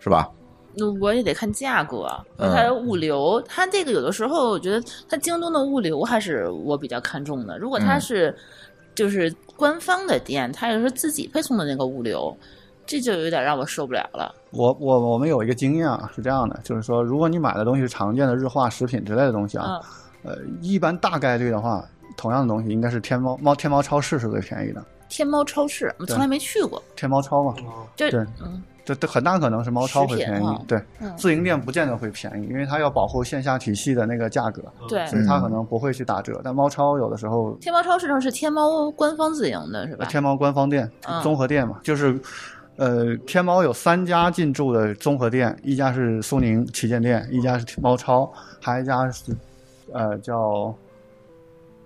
S1: 是吧？
S2: 那我也得看价格，
S1: 嗯
S2: 它物流，它这个有的时候我觉得它京东的物流还是我比较看重的。如果它
S1: 嗯
S2: 是就是官方的店，它有时候自己配送的那个物流，这就有点让我受不了了。
S3: 我我我们有一个经验啊，是这样的，就是说，如果你买的东西是常见的日化食品之类的东西啊，
S2: 嗯，
S3: 呃，一般大概率的话，同样的东西，应该是天猫猫天猫超市是最便宜的，
S2: 天猫超市，我们从来没去过，
S3: 天猫超嘛，
S5: 啊
S2: 这
S3: 对
S2: 嗯
S3: 这这很大可能是猫超会
S2: 食品
S3: 便宜
S2: 哈，
S3: 对，
S2: 嗯
S3: 自营店不见得会便宜，因为它要保护线下体系的那个价格，
S5: 嗯
S2: 对。
S3: 所以它可能不会去打折。但猫超有的时候，
S2: 天猫超市上是天猫官方自营的，是吧？
S3: 天猫官方店、
S2: 嗯
S3: 综合店嘛，就是，呃，天猫有三家进驻的综合店，一家是苏宁旗舰店，一家是猫超，还有一家是，呃，叫，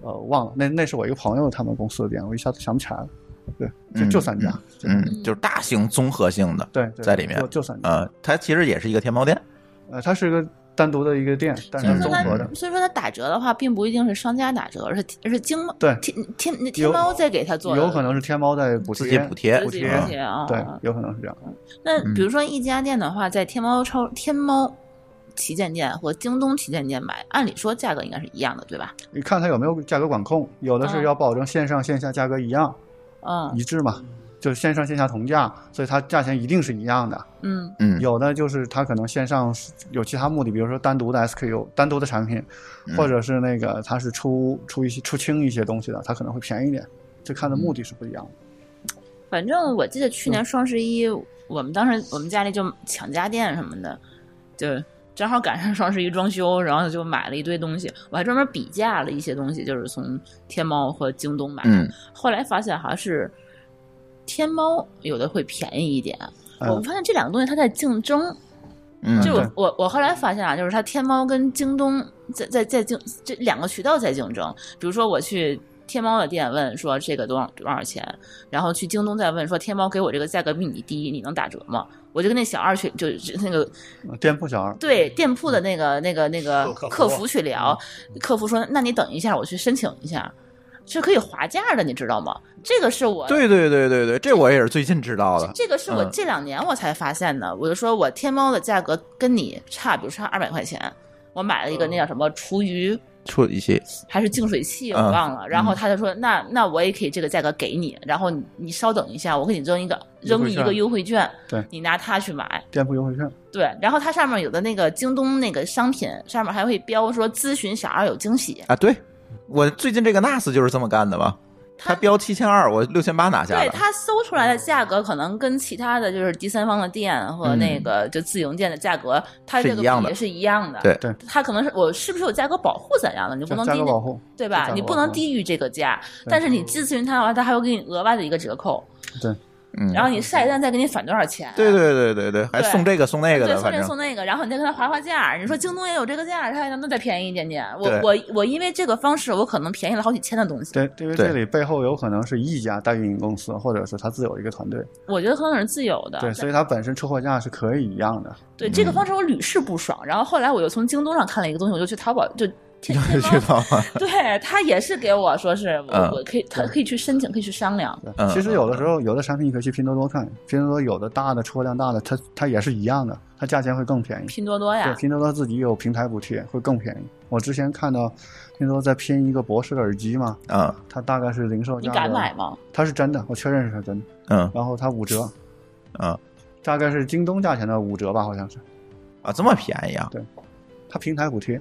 S3: 呃，忘了，那那是我一个朋友他们公司的店，我一下子想不起来了。对，就
S1: 嗯
S3: 就三家，
S1: 嗯，就是大型综合性的，
S3: 对，对
S1: 在里面
S3: 就就三家，
S1: 呃，它其实也是一个天猫店，
S3: 呃，它是一个单独的一个店，但是
S2: 所
S1: 嗯
S2: 以
S3: 它是
S2: 说
S3: 综
S2: 它
S3: 合的。，
S2: 所以说它打折的话，并不一定是商家打折，而是而是京猫
S3: 对
S2: 天天天
S3: 有
S2: 猫在给他做的，
S3: 有可能是天猫在补贴，
S1: 自己补贴，
S2: 自己补贴啊。
S3: 对，有可能是这样。
S2: 那
S1: 嗯
S2: 比如说一家店的话，在天猫超天猫旗舰店和京东旗舰店买，按理说价格应该是一样的，对吧？
S3: 你看它有没有价格管控，有的是
S2: 嗯
S3: 要保证线上线下价格一样、
S2: 嗯
S3: 一致嘛，就是线上线下同价，所以它价钱一定是一样的。
S2: 嗯
S1: 嗯，
S3: 有的就是它可能线上有其他目的，比如说单独的 SKU、单独的产品，
S1: 嗯
S3: 或者是那个它是出出一些出清一些东西的，它可能会便宜一点。
S1: 嗯
S3: 这看的目的是不一样的。
S2: 反正我记得去年双十一，我们当时我们家里就抢家电什么的，就正好赶上双十一装修，然后就买了一堆东西。我还专门比价了一些东西，就是从天猫和京东买。
S1: 嗯，
S2: 后来发现好像是天猫有的会便宜一点。
S3: 嗯
S2: 我发现这两个东西它在竞争，
S1: 嗯，
S2: 就
S3: 对
S2: 我我我后来发现啊，就是它天猫跟京东在在在竞这两个渠道在竞争。比如说我去天猫的店问说这个多少多少钱，然后去京东再问说天猫给我这个价格比你低，你能打折吗？我就跟那小二去，就是那个
S3: 呃店铺小二，
S2: 对店铺的那个那个那个
S4: 客服嗯
S2: 客服去聊，客服说那你等一下，我去申请一下，是可以划价的，你知道吗？这个是我
S1: 对对对对对，这我也是最近知道 的，
S2: 这个是我
S1: 嗯
S2: 这两年我才发现的。我就说我天猫的价格跟你差，比如差二百块钱，我买了一个
S3: 嗯
S2: 那叫什么厨余
S1: 处理器，
S2: 还是净水器，我
S1: 嗯
S2: 忘了。然后他就说，那那我也可以这个价格给你，然后你你稍等一下，我给你扔一个
S3: 优
S2: 扔
S3: 惠
S2: 你一
S3: 券
S2: 个优惠券，
S3: 对
S2: 你拿它去买。
S3: 店铺优惠券，
S2: 对，然后它上面有的那个京东那个商品上面还会标说咨询小二有惊喜，
S1: 啊，对我最近这个 NAS 就是这么干的嘛，它
S2: 它
S1: 标七千二，我六千八拿下
S2: 对
S1: 了，
S2: 它搜出来的价格，可能跟其他的就是第三方的店和那个就自营店的价格，它
S1: 嗯是
S2: 这个
S1: 一样的
S2: 比例是一样的。
S1: 对
S3: 对，
S2: 它可能是我是不是有价格保护怎样的？你不
S3: 价
S2: 能
S3: 价
S2: 低
S3: 格保护，
S2: 对
S3: 价
S2: 吧
S3: 格？
S2: 你不
S3: 保
S2: 能
S3: 护
S2: 低于这个价，
S3: 对
S2: 但是你咨询他的话，他还会给你额外的一个折扣，
S3: 对，
S1: 嗯，
S2: 然后你下一站再给你返多少钱？
S1: 对对对对对，还
S2: 对
S1: 送这个送那个的，
S2: 对，送
S1: 反
S2: 这
S1: 正
S2: 送那个，然后你再跟他划划价。你说京东也有这个价，他还能再便宜一点点。我
S1: 对
S2: 我我因为这个方式，我可能便宜了好几千的东西。
S3: 对，因为
S1: 对
S3: 这里背后有可能是一家代运营公司，或者是它自有一个团队，
S2: 我觉得可能是自由的，
S3: 对，所以它本身出货价是可以一样的。
S2: 对这个
S1: 嗯
S2: 方式我屡试不爽。然后后来我又从京东上看了一个东西，我就去淘宝就天天
S1: 去
S2: 猫，
S1: 吧，
S2: 对他也是给我说是我、
S1: 嗯
S2: 我可以他可以去申请，可以去商量。
S3: 对
S1: 嗯
S3: 其实有的时候，有的产品你可以去拼多多看，拼多多有的大的出货量大的，它它也是一样的，它价钱会更便宜。
S2: 拼多多
S3: 对
S2: 呀，，
S3: 拼多多自己有平台补贴，会更便宜。我之前看到拼多多在拼一个博士的耳机嘛，
S1: 嗯
S3: 它大概是零售
S2: 你
S3: 价，
S2: 敢买？吗？
S3: 它是真的，我确认是它真的。
S1: 嗯
S3: 然后它五折，
S1: 嗯
S3: 大概是京东价钱的五折吧，好像是。
S1: 啊，这么便宜啊
S3: 它平台补贴，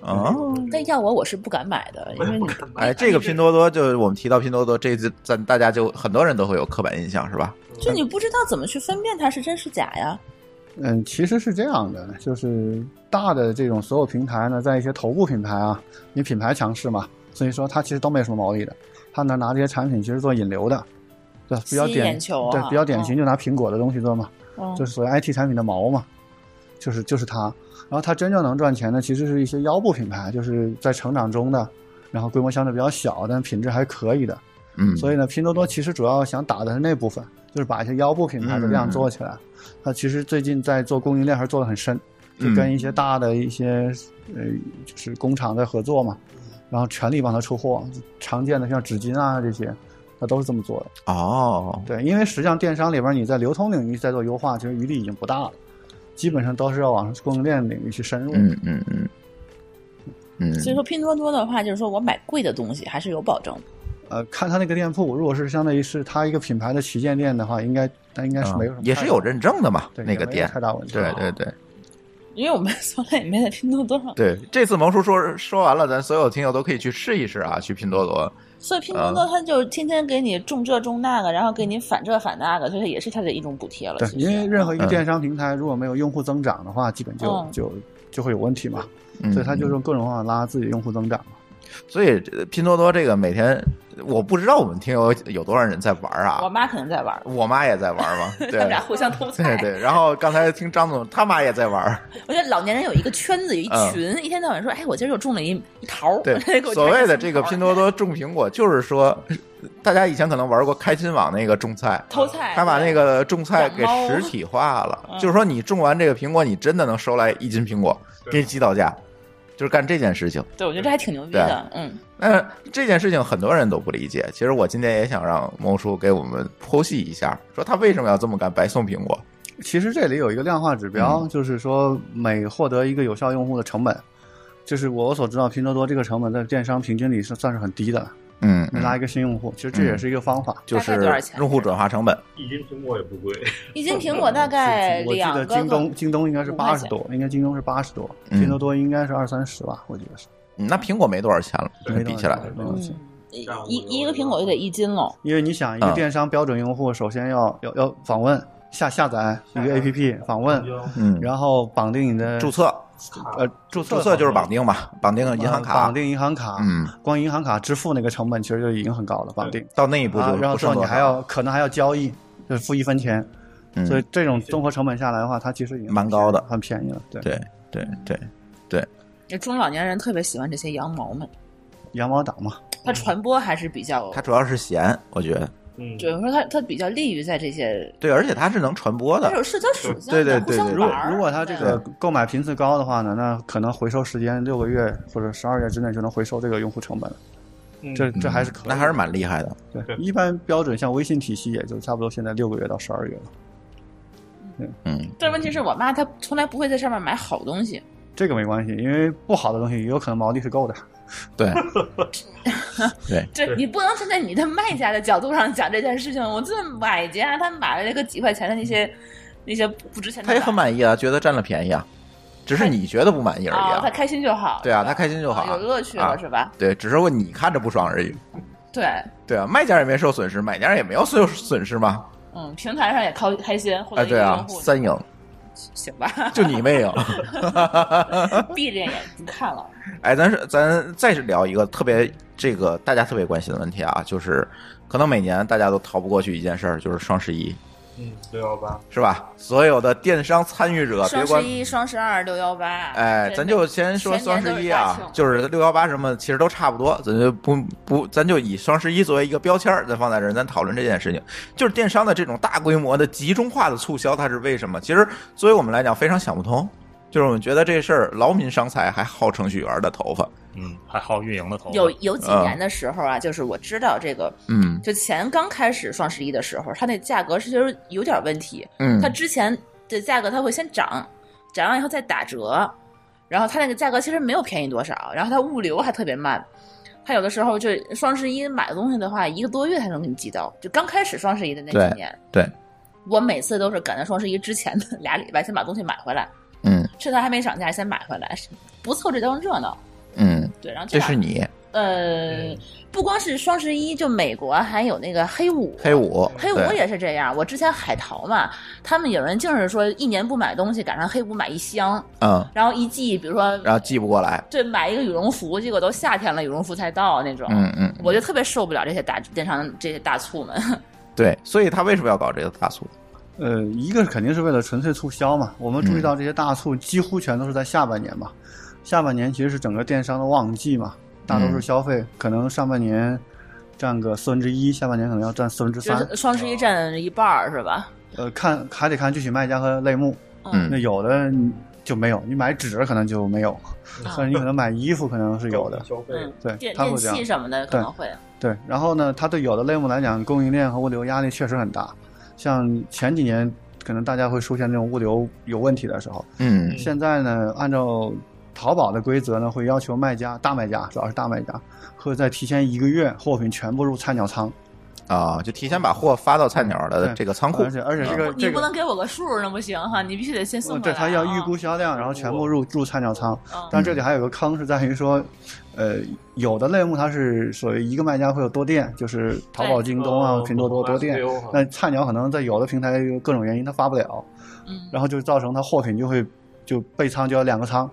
S1: 啊！
S2: 但要我我是不敢买的，因为你
S1: 哎，这个拼多多就是我们提到拼多多，这次咱大家就很多人都会有刻板印象，是吧？
S5: 嗯
S2: 就你不知道怎么去分辨它是真是假呀。
S3: 嗯，其实是这样的，就是大的这种所有平台呢，在一些头部品牌啊，你品牌强势嘛，所以说它其实都没什么毛利的，它呢拿这些产品其实做引流的，对，比较
S2: 吸引
S3: 典
S2: 眼球啊
S3: 对，比较典型
S2: 嗯
S3: 就拿苹果的东西做嘛，
S2: 嗯
S3: 就是所谓 IT 产品的毛嘛，就是就是它。然后它真正能赚钱的，其实是一些腰部品牌，就是在成长中的，然后规模相对比较小，但品质还可以的。
S1: 嗯，
S3: 所以呢，拼多多其实主要想打的是那部分，就是把一些腰部品牌的量
S1: 嗯
S3: 做起来。它其实最近在做供应链还是做的很深，就
S1: 嗯
S3: 跟一些大的一些呃就是工厂在合作嘛，
S1: 嗯
S3: 然后全力帮他出货。常见的像纸巾啊这些，它都是这么做的。
S1: 哦，
S3: 对，因为实际上电商里边你在流通领域在做优化，其实余地已经不大了，基本上都是要往供应链领域去深入。
S1: 嗯嗯嗯嗯，
S2: 所以说拼多多的话，就是说我买贵的东西还是有保证的。
S3: 呃，看他那个店铺，如果是相当于是他一个品牌的旗舰店的话，应该那应该是没有什么、
S1: 嗯也是有认证的嘛，
S3: 对
S1: 那个
S3: 也没有
S1: 店
S3: 太，大问题。啊
S1: 对对对，
S2: 因为我们 从来也没在拼多多上，
S1: 对，这次萌叔说说完了，咱所有听友都可以去试一试啊，去拼多多。
S2: 所以拼多
S1: 啊
S2: 多它就是天天给你种这种那个，然后给你反这反那个，所以它也是它的一种补贴了。
S3: 对，
S2: 其实
S3: 因为任何一个
S1: 嗯
S3: 电商平台如果没有用户增长的话，基本就
S2: 嗯
S3: 就就会有问题嘛，
S1: 嗯
S3: 所以它就是用各种方法拉自己用户增长。
S1: 所以呃拼多多这个每天，我不知道我们听友有多少人在玩
S2: 我
S1: 啊。
S2: 妈肯定在玩儿，
S1: 我妈也在玩嘛，
S2: 他们
S1: 对
S2: 俩互相偷菜。
S1: 对对。然后刚才听张总他妈也在玩，
S2: 我觉得老年人有一个圈子，有一群，一天到晚说：“哎，我今儿又种了一一桃儿。
S1: 嗯对
S2: 给我摘下来一桃儿”，
S1: 所谓的这个拼多多种苹果，就是说，大家以前可能玩过开心网那个种菜，
S2: 偷菜，
S1: 他把那个种菜给
S2: 养猫
S1: 实体化了，
S2: 嗯
S1: 就是说你种完这个苹果，你真的能收来一斤苹果，
S5: 对
S1: 给你寄到家，就是干这件事情。
S2: 对，我觉得这还挺牛逼的。嗯，
S1: 那这件事情很多人都不理解，其实我今天也想让猫叔给我们剖析一下，说他为什么要这么干，白送苹果。
S3: 其实这里有一个量化指标，
S1: 嗯
S3: 就是说每获得一个有效用户的成本，就是我所知道拼多多这个成本在电商平均里是算是很低的，
S1: 嗯，
S3: 能拉一个新用户，其实这也是一个方法。
S1: 就
S2: 大
S1: 是
S2: 概多少钱
S1: 用户转化成本，
S5: 一斤苹果也不贵，
S2: 一斤苹果大概
S3: 我记
S2: 两
S3: 得
S2: 个
S3: 京东
S2: 和
S3: 京东应该是
S2: 五块
S3: 八
S2: 钱
S3: 十多，应该京东是八十多，
S1: 嗯
S3: 拼多多应该是二三十吧，我觉得是。
S1: 嗯那苹果没多少钱了，
S3: 没多少
S1: 比起来，
S3: 钱没多少
S2: 嗯
S3: 钱。
S2: 一一一个苹果就得一斤喽。
S3: 因为你想，一个
S1: 嗯
S3: 电商标准用户首先要、要要访问下下载一个 APP 访问，
S1: 嗯，
S3: 然后绑定你的
S1: 注册，
S3: 呃注册
S1: 注册就是
S3: 绑
S1: 绑定嘛，绑定银行
S3: 呃
S1: 卡
S3: 绑，定银行卡，
S1: 嗯，
S3: 光银行卡支付那个成本其实就已经很高了，绑定。
S1: 到那一步
S3: 啊
S1: 就，
S3: 然后
S1: 不
S3: 之
S1: 剩
S3: 后
S1: 多
S3: 你还
S1: 少，
S3: 要可能还要交易，就是付一分钱，
S1: 嗯
S3: 所以这种综合成本下来的话，它其实已经很
S1: 蛮高的
S3: 很便宜了。对，
S1: 对对对，
S3: 嗯
S2: 那中老年人特别喜欢这些羊毛们，
S3: 羊毛党嘛，
S2: 它传播还是比较
S1: 嗯它，主要是闲，我觉得
S5: 嗯，
S2: 对，我说它它比较利于在这些，
S1: 对，而且它是能传播
S2: 它
S1: 的，
S2: 有社交属性
S1: 对对
S2: 的，
S1: 对
S2: 互相
S1: 对
S3: 如
S2: 玩
S3: 果
S2: 儿。
S3: 如果它这个购买频次高的话呢，那可能回收时间六个月或者十二月之内就能回收这个用户成本了，
S5: 嗯
S3: 这
S1: 嗯
S3: 这还是可以的，
S1: 那还是蛮厉害的，
S3: 对。一般标准像微信体系也就差不多现在六个月到十二月了，
S1: 嗯，
S2: 但是问题是我妈她从来不会在上面买好东西，
S3: 这个没关系，因为不好的东西也有可能毛利是够的。
S1: 对，
S2: 这
S5: 对
S2: 你不能站在你的卖家的角度上讲这件事情。我作为买家，他买了那个几块钱的那些那些不值钱的
S1: 他也
S2: 玩意儿，
S1: 很满意啊，觉得占了便宜啊，只是你觉得不满意而已
S3: 哦
S2: 啊，他
S1: 啊，
S2: 开心就好。
S1: 对啊，他开心就好
S2: 有
S1: 啊，
S2: 乐趣
S1: 啊
S2: 了是吧？
S1: 对，只是问你看着不爽而已。
S2: 对，
S1: 对啊，卖家也没受损失，买家也没有受损失嘛。
S2: 嗯，平台上也靠开心获
S1: 哎，
S2: 得一
S1: 对
S2: 个
S1: 啊
S2: 用，户，
S1: 三赢，
S2: 行吧
S1: 就你没 赢。啊
S2: 闭着眼睛看了，
S1: 哎，咱是咱再是聊一个特别这个大家特别关心的问题啊，就是可能每年大家都逃不过去一件事儿，就是双十一，
S5: 嗯，六幺八，
S1: 是吧？所有的电商参与者，啊别
S2: 双
S1: 管
S2: 十一、双十二、六幺八，
S1: 哎，
S2: 这
S1: 咱就先说
S2: 全
S1: 双
S2: 年都
S1: 十
S2: 是
S1: 一
S2: 大
S1: 啊
S2: 庆，
S1: 就是六幺八什么的，其实都差不多，咱就不不，咱就以双十一作为一个标签儿，咱放在这儿，咱讨论这件事情。就是电商的这种大规模的集中化的促销，它是为什么？其实作为我们来讲，非常想不通。就是我们觉得这事儿劳民伤财，还薅程序员的头发。
S4: 嗯，还薅运营的头发。
S2: 有有几年的时候啊，就是我知道这个，
S1: 嗯
S2: 就前刚开始双十一的时候，它那价格是就是有点问题，
S1: 嗯
S2: 它，之前的价格它会先涨，涨完以后再打折，然后它那个价格其实没有便宜多少，然后它物流还特别慢，它有的时候就双十一买东西的话，一个多月才能给你寄到，就刚开始双十一的那
S1: 对
S2: 几年，
S1: 对，
S2: 我每次都是赶在双十一之前的俩礼拜先把东西买回来，
S1: 嗯
S2: 趁它还没涨价先买回来，不凑这当热闹。
S1: 嗯，
S2: 对，然后
S1: 这
S2: 两
S1: 是你
S2: 呃，不光是双十一，就美国还有那个黑五，啊
S1: 黑五，
S2: 黑五
S1: 对
S2: 也是这样。我之前海淘嘛，他们有人竟是说一年不买东西，赶上黑五买一箱，
S1: 嗯，
S2: 然后一季，比如说
S1: 然后寄不过来，
S2: 对买一个羽绒服，结果都夏天了，羽绒服才到那种。
S1: 嗯嗯，
S2: 我就特别受不了这些大电商这些大促们，
S1: 对，所以他为什么要搞这个大促？
S3: 呃，一个肯定是为了纯粹促销嘛。我们注意到这些大促几乎全都是在下半年嘛，下半年其实是整个电商的旺季嘛，大多数
S1: 嗯
S3: 消费、可能上半年占个四分之一，下半年可能要占四分之
S2: 就
S3: 三
S2: 是。双十一占一半儿是吧？
S3: 呃，看还得看具体卖家和类目，
S1: 嗯
S3: 那有的就没有，你买纸可能就没有，
S2: 啊
S3: 但是你可能买衣服可能是有的。
S5: 消费，
S2: 嗯，
S3: 对，
S2: 电
S3: 它
S2: 电
S3: 会这样
S2: 器。什么的可能会，
S3: 对，然后呢，它对有的类目来讲，供应链和物流压力确实很大。像前几年，可能大家会出现这种物流有问题的时候，
S1: 嗯
S3: 现在呢，按照淘宝的规则呢，会要求卖家、大卖家，主要是大卖家，会在提前一个月货品全部入菜鸟仓，
S1: 啊，就提前把货发到菜鸟的
S3: 对
S1: 这个仓库嗯
S3: 而。且而且这
S2: 我
S3: 个
S2: 你
S3: 这
S2: 不
S3: 个
S2: 能，给我个数儿那不行哈，你必须得先送
S3: 呃
S2: 过
S3: 对
S2: 来啊。
S3: 他要预估销
S1: 哦
S3: 量，然后全部入入菜鸟仓。
S2: 嗯，
S3: 但这里还有个坑是在于说，呃，有的类目它是属于一个卖家会有多店，就是淘宝、
S2: 对
S3: 京东
S1: 哦
S3: 啊、
S5: 呃
S3: 拼多多多店。那菜鸟可能在有的平台有各种原因它发不了，
S2: 嗯，
S3: 然后就造成它货品就会就备仓就要两个仓，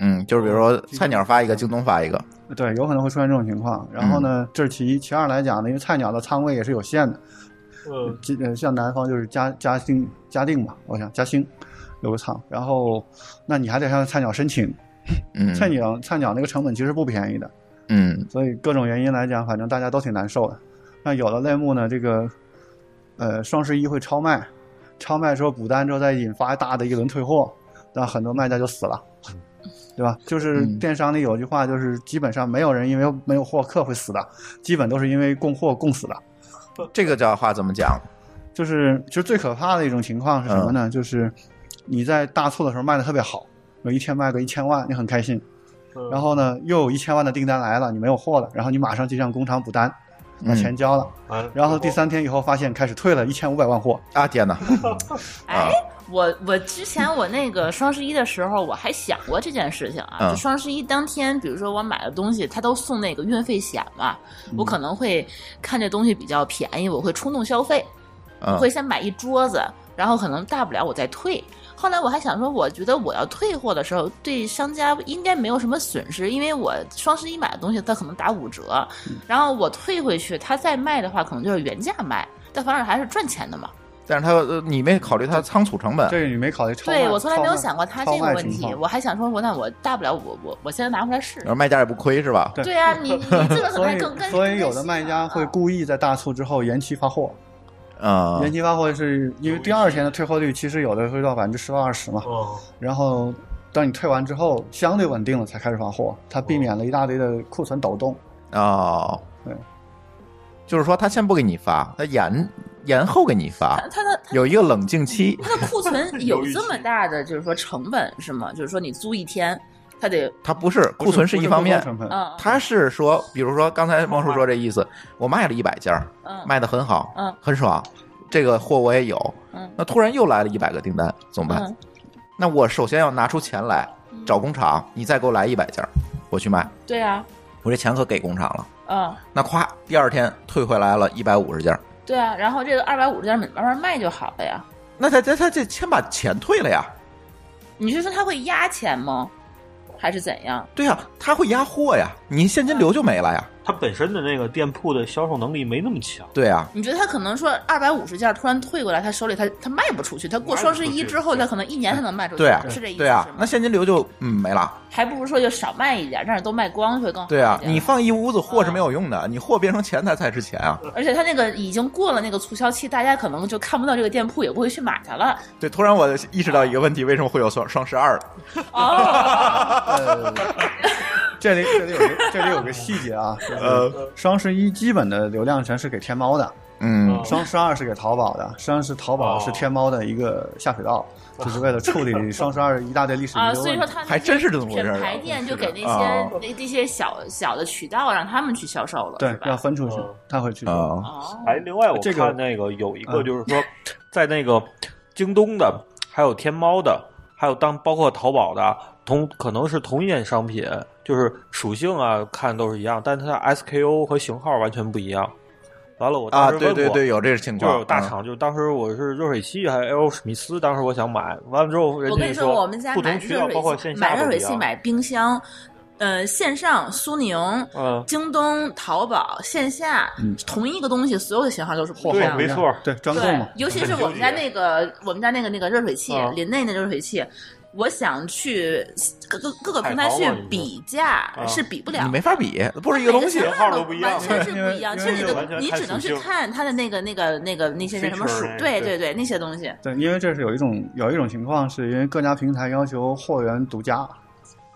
S1: 嗯，就是比如说菜鸟发一个，京东发一个。
S3: 对，有可能会出现这种情况。然后呢，这是其一，其二来讲呢，因为菜鸟的仓位也是有限的，
S5: 嗯，
S3: 基呃像南方就是嘉嘉兴嘉定嘛，我想嘉兴有个仓，然后那你还得向菜鸟申请，
S1: 嗯，
S3: 菜鸟菜鸟那个成本其实不便宜的，
S1: 嗯
S3: 所以各种原因来讲，反正大家都挺难受的。那有的类目呢，这个呃双十一会超卖，超卖之后补单之后再引发大的一轮退货，那很多卖家就死了，对吧？就是
S1: 嗯
S3: 电商里有句话，就是基本上没有人因为没有获客会死的，基本都是因为供货供死的。
S1: 这个叫话怎么讲？
S3: 就是其实最可怕的一种情况是什么呢？就是你在大促的时候卖的特别好，有一天卖个一千万，你很开心。
S5: 嗯
S3: 然后呢，又有一千万的订单来了，你没有货了，然后你马上就向工厂补单，把
S1: 嗯
S3: 钱交了。
S5: 完
S3: 然后第三天以后发现开始退了一千五百万货，
S1: 啊，天哪！啊
S2: 哎，我我之前我那个双十一的时候，我还想过这件事情啊。
S1: 嗯
S2: 就双十一当天，比如说我买的东西，他都送那个运费险嘛，
S1: 嗯
S2: 我可能会看这东西比较便宜，我会冲动消费，我
S1: 嗯
S2: 会先买一桌子，然后可能大不了我再退。后来我还想说，我觉得我要退货的时候，对商家应该没有什么损失，因为我双十一买的东西，它可能打五折，
S1: 嗯
S2: 然后我退回去，他再卖的话，可能就是原价卖，但反正还是赚钱的嘛。
S1: 但是他呃你没考虑他仓储成本。
S3: 这个你没考虑超卖。
S2: 对我从来没有想过
S3: 超
S2: 他
S3: 卖
S2: 这个
S3: 超卖
S2: 问
S3: 情
S2: 题，
S3: 况
S2: 我还想说，我那我大不了我我我现在拿回来试
S1: 然
S2: 试。
S1: 后卖家也不亏是吧？
S3: 对
S2: 对啊，你你这个可能
S3: 所
S2: 还更跟
S3: 以，所以有的卖家会
S2: 啊
S3: 故意在大促之后延期发货，
S1: 啊，
S3: 延期发货是因为第二天的退货率其实有的会到百分之十到二十
S1: 嗯
S3: 嘛，
S5: 哦，
S3: 然后当你退完之后相对稳定了才开始发货，它避免了一大堆的库存抖动。
S1: 哦，
S3: 对，
S1: 就是说他先不给你发，他延延后给你发
S2: 他，他的
S1: 有一个冷静期。
S2: 他的库 存有这么大的就是说成本是吗？就是说你租一天，他得
S1: 他不是库存
S3: 不是
S1: 一方面
S3: 库，存成本，
S2: 嗯，
S1: 他是说，比如说刚才王叔说这意思，我卖了一百件儿，
S2: 嗯
S1: 卖的很好，
S2: 嗯
S1: 很爽，这个货我也有，
S2: 嗯
S1: 那突然又来了一百个订单，怎么办？
S2: 嗯
S1: 那我首先要拿出钱来
S2: 嗯
S1: 找工厂，你再给我来一百件儿，我去卖，
S2: 对啊，
S1: 我这钱可给工厂了。
S2: 嗯
S1: 那夸第二天退回来了一百五十件儿，
S2: 对啊，然后这个二百五十件慢慢卖就好了呀。
S1: 那他他他这先把钱退了呀。
S2: 你是说他会压钱吗？还是怎样？
S1: 对呀、他会压货呀，你现金流就没了呀。
S5: 它本身的那个店铺的销售能力没那么强，
S1: 对呀、
S2: 你觉得他可能说二百五十件突然退过来，他手里他他卖不出去，他过
S5: 卖不
S2: 双十
S5: 出
S2: 一
S5: 去
S2: 之后，他可能一年才能卖出去，
S1: 对
S3: 啊
S1: 呀、
S2: 是这意思
S1: 对呀、
S2: 是
S1: 那
S2: 吗？
S1: 现金流就嗯没了。
S2: 还不如说就少卖一点，但是都卖光会更好。
S1: 对呀、你
S2: 你，
S1: 放一
S2: 嗯
S1: 屋子货是没有用的，你货变成钱它才值钱啊。
S2: 而且他那个已经过了那个促销期，大家可能就看不到这个店铺，也不会去买它了。
S1: 对，突然我意
S5: 啊
S1: 识到一个问题，为什么会有双双十二？
S2: 哦，
S3: 呃， 这里这里有个这里有个细节啊，
S1: 呃，
S3: 双十一基本的流量全是给天猫的，
S1: 嗯
S5: 哦
S3: 双十二是给淘宝的，实际上是淘宝是天猫的一个下水道，就是为了处理双十二一大堆历 史遗
S2: 啊，
S3: 留
S2: 所以说
S3: 问题。
S2: 他
S1: 还真是这么回事儿
S2: 品牌店就给那
S1: 啊
S2: 些那那些小小的渠道让他们去销售了，是
S3: 对，要
S2: 吧？
S3: 分出去
S5: 嗯，
S3: 他会去做。
S1: 啊，
S2: 哦，
S5: 哎，另外我
S3: 这个
S5: 看那个有一个
S3: 嗯
S5: 就是说，在那个京东的，还有天猫的，还有当包括淘宝的，同可能是同一件商品，就是属性啊看都是一样，但它的 SKU 和型号完全不一样。完了，我当
S1: 啊，
S5: 时问过，
S1: 对对对，有这个情
S5: 就
S1: 况，啊
S5: 是有
S3: 嗯
S5: 大厂，就是当时我是热水器，还有 L 史密斯，当时我想买，完了之后人
S2: 我
S5: 家
S2: 跟
S5: 就
S2: 你
S5: 说
S2: 说，我们家
S5: 不
S2: 买
S5: 同渠
S2: 热
S5: 道包括
S2: 水
S5: 线
S2: 器，
S5: 下
S2: 买
S5: 都
S2: 热
S5: 不
S2: 水
S5: 一
S2: 器，
S5: 样。
S2: 买冰箱，呃，线上苏宁。
S5: 嗯，
S2: 京东、淘宝线下、
S3: 嗯
S2: 同一个东西，所有的型号都是不一
S5: 对
S2: 样的
S5: 没。错
S3: 对，专供
S2: 对
S3: 嘛，，
S2: 尤其是我们家那个我们家那个那个热水器
S1: 哦
S5: 啊，
S2: 林内那热水器，我想去各个各个平台
S5: 海淘
S2: 去
S5: 嘛你说
S2: 比价
S5: 啊
S2: 是比不了
S1: 你。没法比，不是一个东西
S2: 每。
S5: 个
S2: 型
S5: 型号
S2: 号
S5: 都不一样
S2: 完全是不一样。
S3: 因
S2: 其
S3: 为
S2: 实你
S5: 因为
S2: 的
S5: 完全
S2: 你
S5: 看
S2: 只能
S5: 属
S2: 去
S5: 性
S2: 看它的那个那个那个那些叫什么
S5: Feature
S2: 属
S5: 那，个
S2: 对
S5: 对
S2: 对对，那些东西。
S3: 对，因为这是有一种有一种情况，是因为各家平台要求货源独家。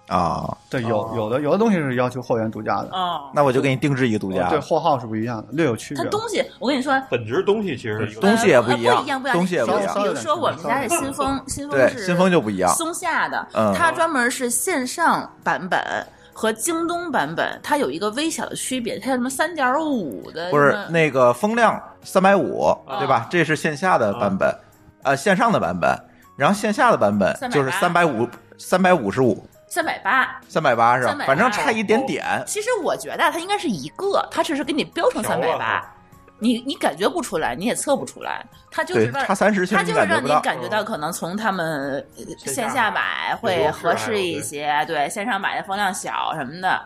S1: 啊，
S3: 对，有
S5: 哦
S3: 有的有的东西是要求货源独家的，
S2: 哦，
S1: 那我就给你定制一个独家
S3: 对，，
S5: 哦
S3: 货号是不一样的，略有区
S2: 它
S5: 啊
S3: 别。
S2: 东西，我跟你说，
S5: 本质东西其实是一个
S1: 东西也不一样
S2: 呃不一样，不一
S1: 东西也不
S3: 一样
S2: 比如说我们家的新风，新风
S1: 对，
S2: 是
S1: 新风就不一样。
S2: 松下的
S1: 嗯，
S2: 它专门是线上版本。和京东版本它有一个微小的区别，它有什么三点五的，
S1: 不是
S2: 什么
S1: 那个风量三百五，对吧
S2: 啊？
S1: 这是线下的版
S5: 啊
S1: 本，呃，线上的版本，然后线下的版本就是三百五、三百五十五、
S2: 三百八。
S1: 三百八是吧？
S2: 380
S1: 反正差一点点。
S2: 其实我觉得它应该是一个，它只是给你标成
S5: 调
S2: 三
S5: 了
S2: 百八，你你感觉不出来，你也测不出来，它就是
S1: 对，
S2: 让
S1: 差三十其
S2: 它
S1: 实
S2: 就是
S1: 感觉
S2: 让
S1: 不
S2: 你
S1: 到。
S2: 感觉到可能从他们呃
S5: 线
S2: 线
S5: 下
S2: 下
S5: 买
S2: 买
S5: 有
S2: 会
S5: 优势啊
S2: 合适
S5: 还有
S2: 一些，对线上买的风量小什么的，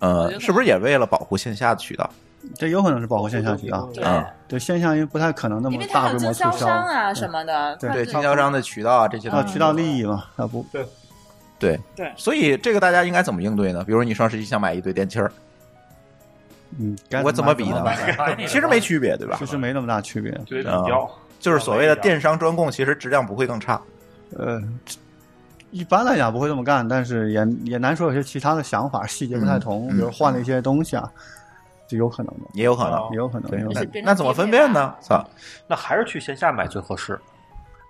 S1: 呃，是不是也为了保护线下的渠道？
S3: 这有可能是保护线下渠
S5: 啊
S3: 道，
S2: 对，
S1: 嗯
S3: 对线下因为不太可能那
S2: 因
S3: 么
S2: 为它
S3: 大
S2: 还有
S3: 规
S2: 经
S3: 模促
S2: 销
S3: 销
S2: 商啊
S3: 对
S2: 什么的，
S3: 对
S2: 它
S1: 对，
S2: 这
S1: 经销商的渠道啊，这些
S3: 要
S1: 东西
S3: 渠道利益嘛，要不
S1: 对
S2: 对
S1: 所以这个大家应该怎么应对呢？比如你双十一想买一堆电器儿，
S3: 嗯，该
S1: 我
S3: 怎
S1: 怎
S3: 么
S1: 么
S3: 买
S1: 比
S3: 怎
S1: 呢
S3: 么买
S4: 哎
S1: 其实没区别，对吧
S3: 其？实没那么大区别。
S5: 对比
S1: 啊
S5: 较，
S3: 嗯
S1: 就是所谓的电商专供，其实质量不会更差。
S3: 呃，这一般来讲不会这么干，但是也也难说有些其他的想法，细节不太同，
S1: 嗯嗯
S3: 比如换了一些东西啊，就有可能的，
S1: 也有可能
S5: 哦，
S3: 也有可能，
S1: 对
S3: 也有，
S1: 那
S2: 而
S3: 可能
S2: 且。变成
S1: 那怎么分辨呢？操，
S5: 那还是去线下买最合适，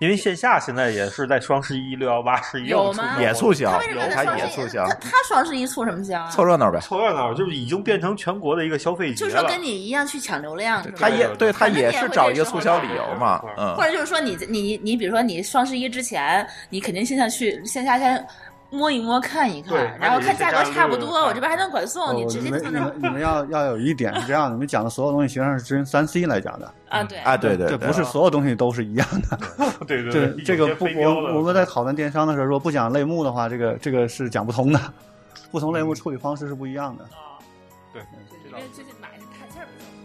S5: 因为线下现在也是在双十一、六幺八、十一
S2: 有
S5: 又促
S2: 吗
S5: 销
S1: 也促销
S2: 他为什么
S5: 有
S2: 在
S1: 它
S2: 双
S1: 也
S2: 十一
S1: 促销
S2: 他他双十一促什么销啊？
S1: 凑热闹呗。
S5: 凑热闹，就是已经变成全国的一个消费节
S2: 就是
S5: 了
S2: 说。跟你一样去抢流量，是吧
S1: 他也
S5: 对
S1: 对他
S2: 反正
S1: 也
S2: 你也
S1: 是
S2: 会
S1: 找
S2: 被
S1: 一个
S2: 生
S1: 促
S2: 活
S1: 销
S2: 打
S1: 理
S2: 扰
S1: 由嘛，嗯
S2: 或，者就是说你你你，比如说你双十一之前，你肯定线下去线下先摸一摸看一
S5: 对
S2: 看，然后看价格差不多，
S1: 啊
S2: 我这边还能管
S3: 哦
S2: 送，你直
S3: 你
S2: 接
S3: 们
S2: 就
S3: 你
S2: 能
S3: 们你们要要有一点是这样的，你们讲的所有东西实际上是跟三 C 来讲的，
S2: 啊对
S1: 啊， 对
S3: 这
S1: 对，
S3: 不是所有东西都是一样的。
S5: 对对
S3: 这这个不，我我们在
S5: 在
S3: 讨论电商的时候，如果不讲类目的话，这个这个是讲不通
S1: 嗯
S3: 的，不同类目处理方式是不一样的。
S2: 啊，
S5: 对
S2: 对，因为最近买的太劲儿比较多。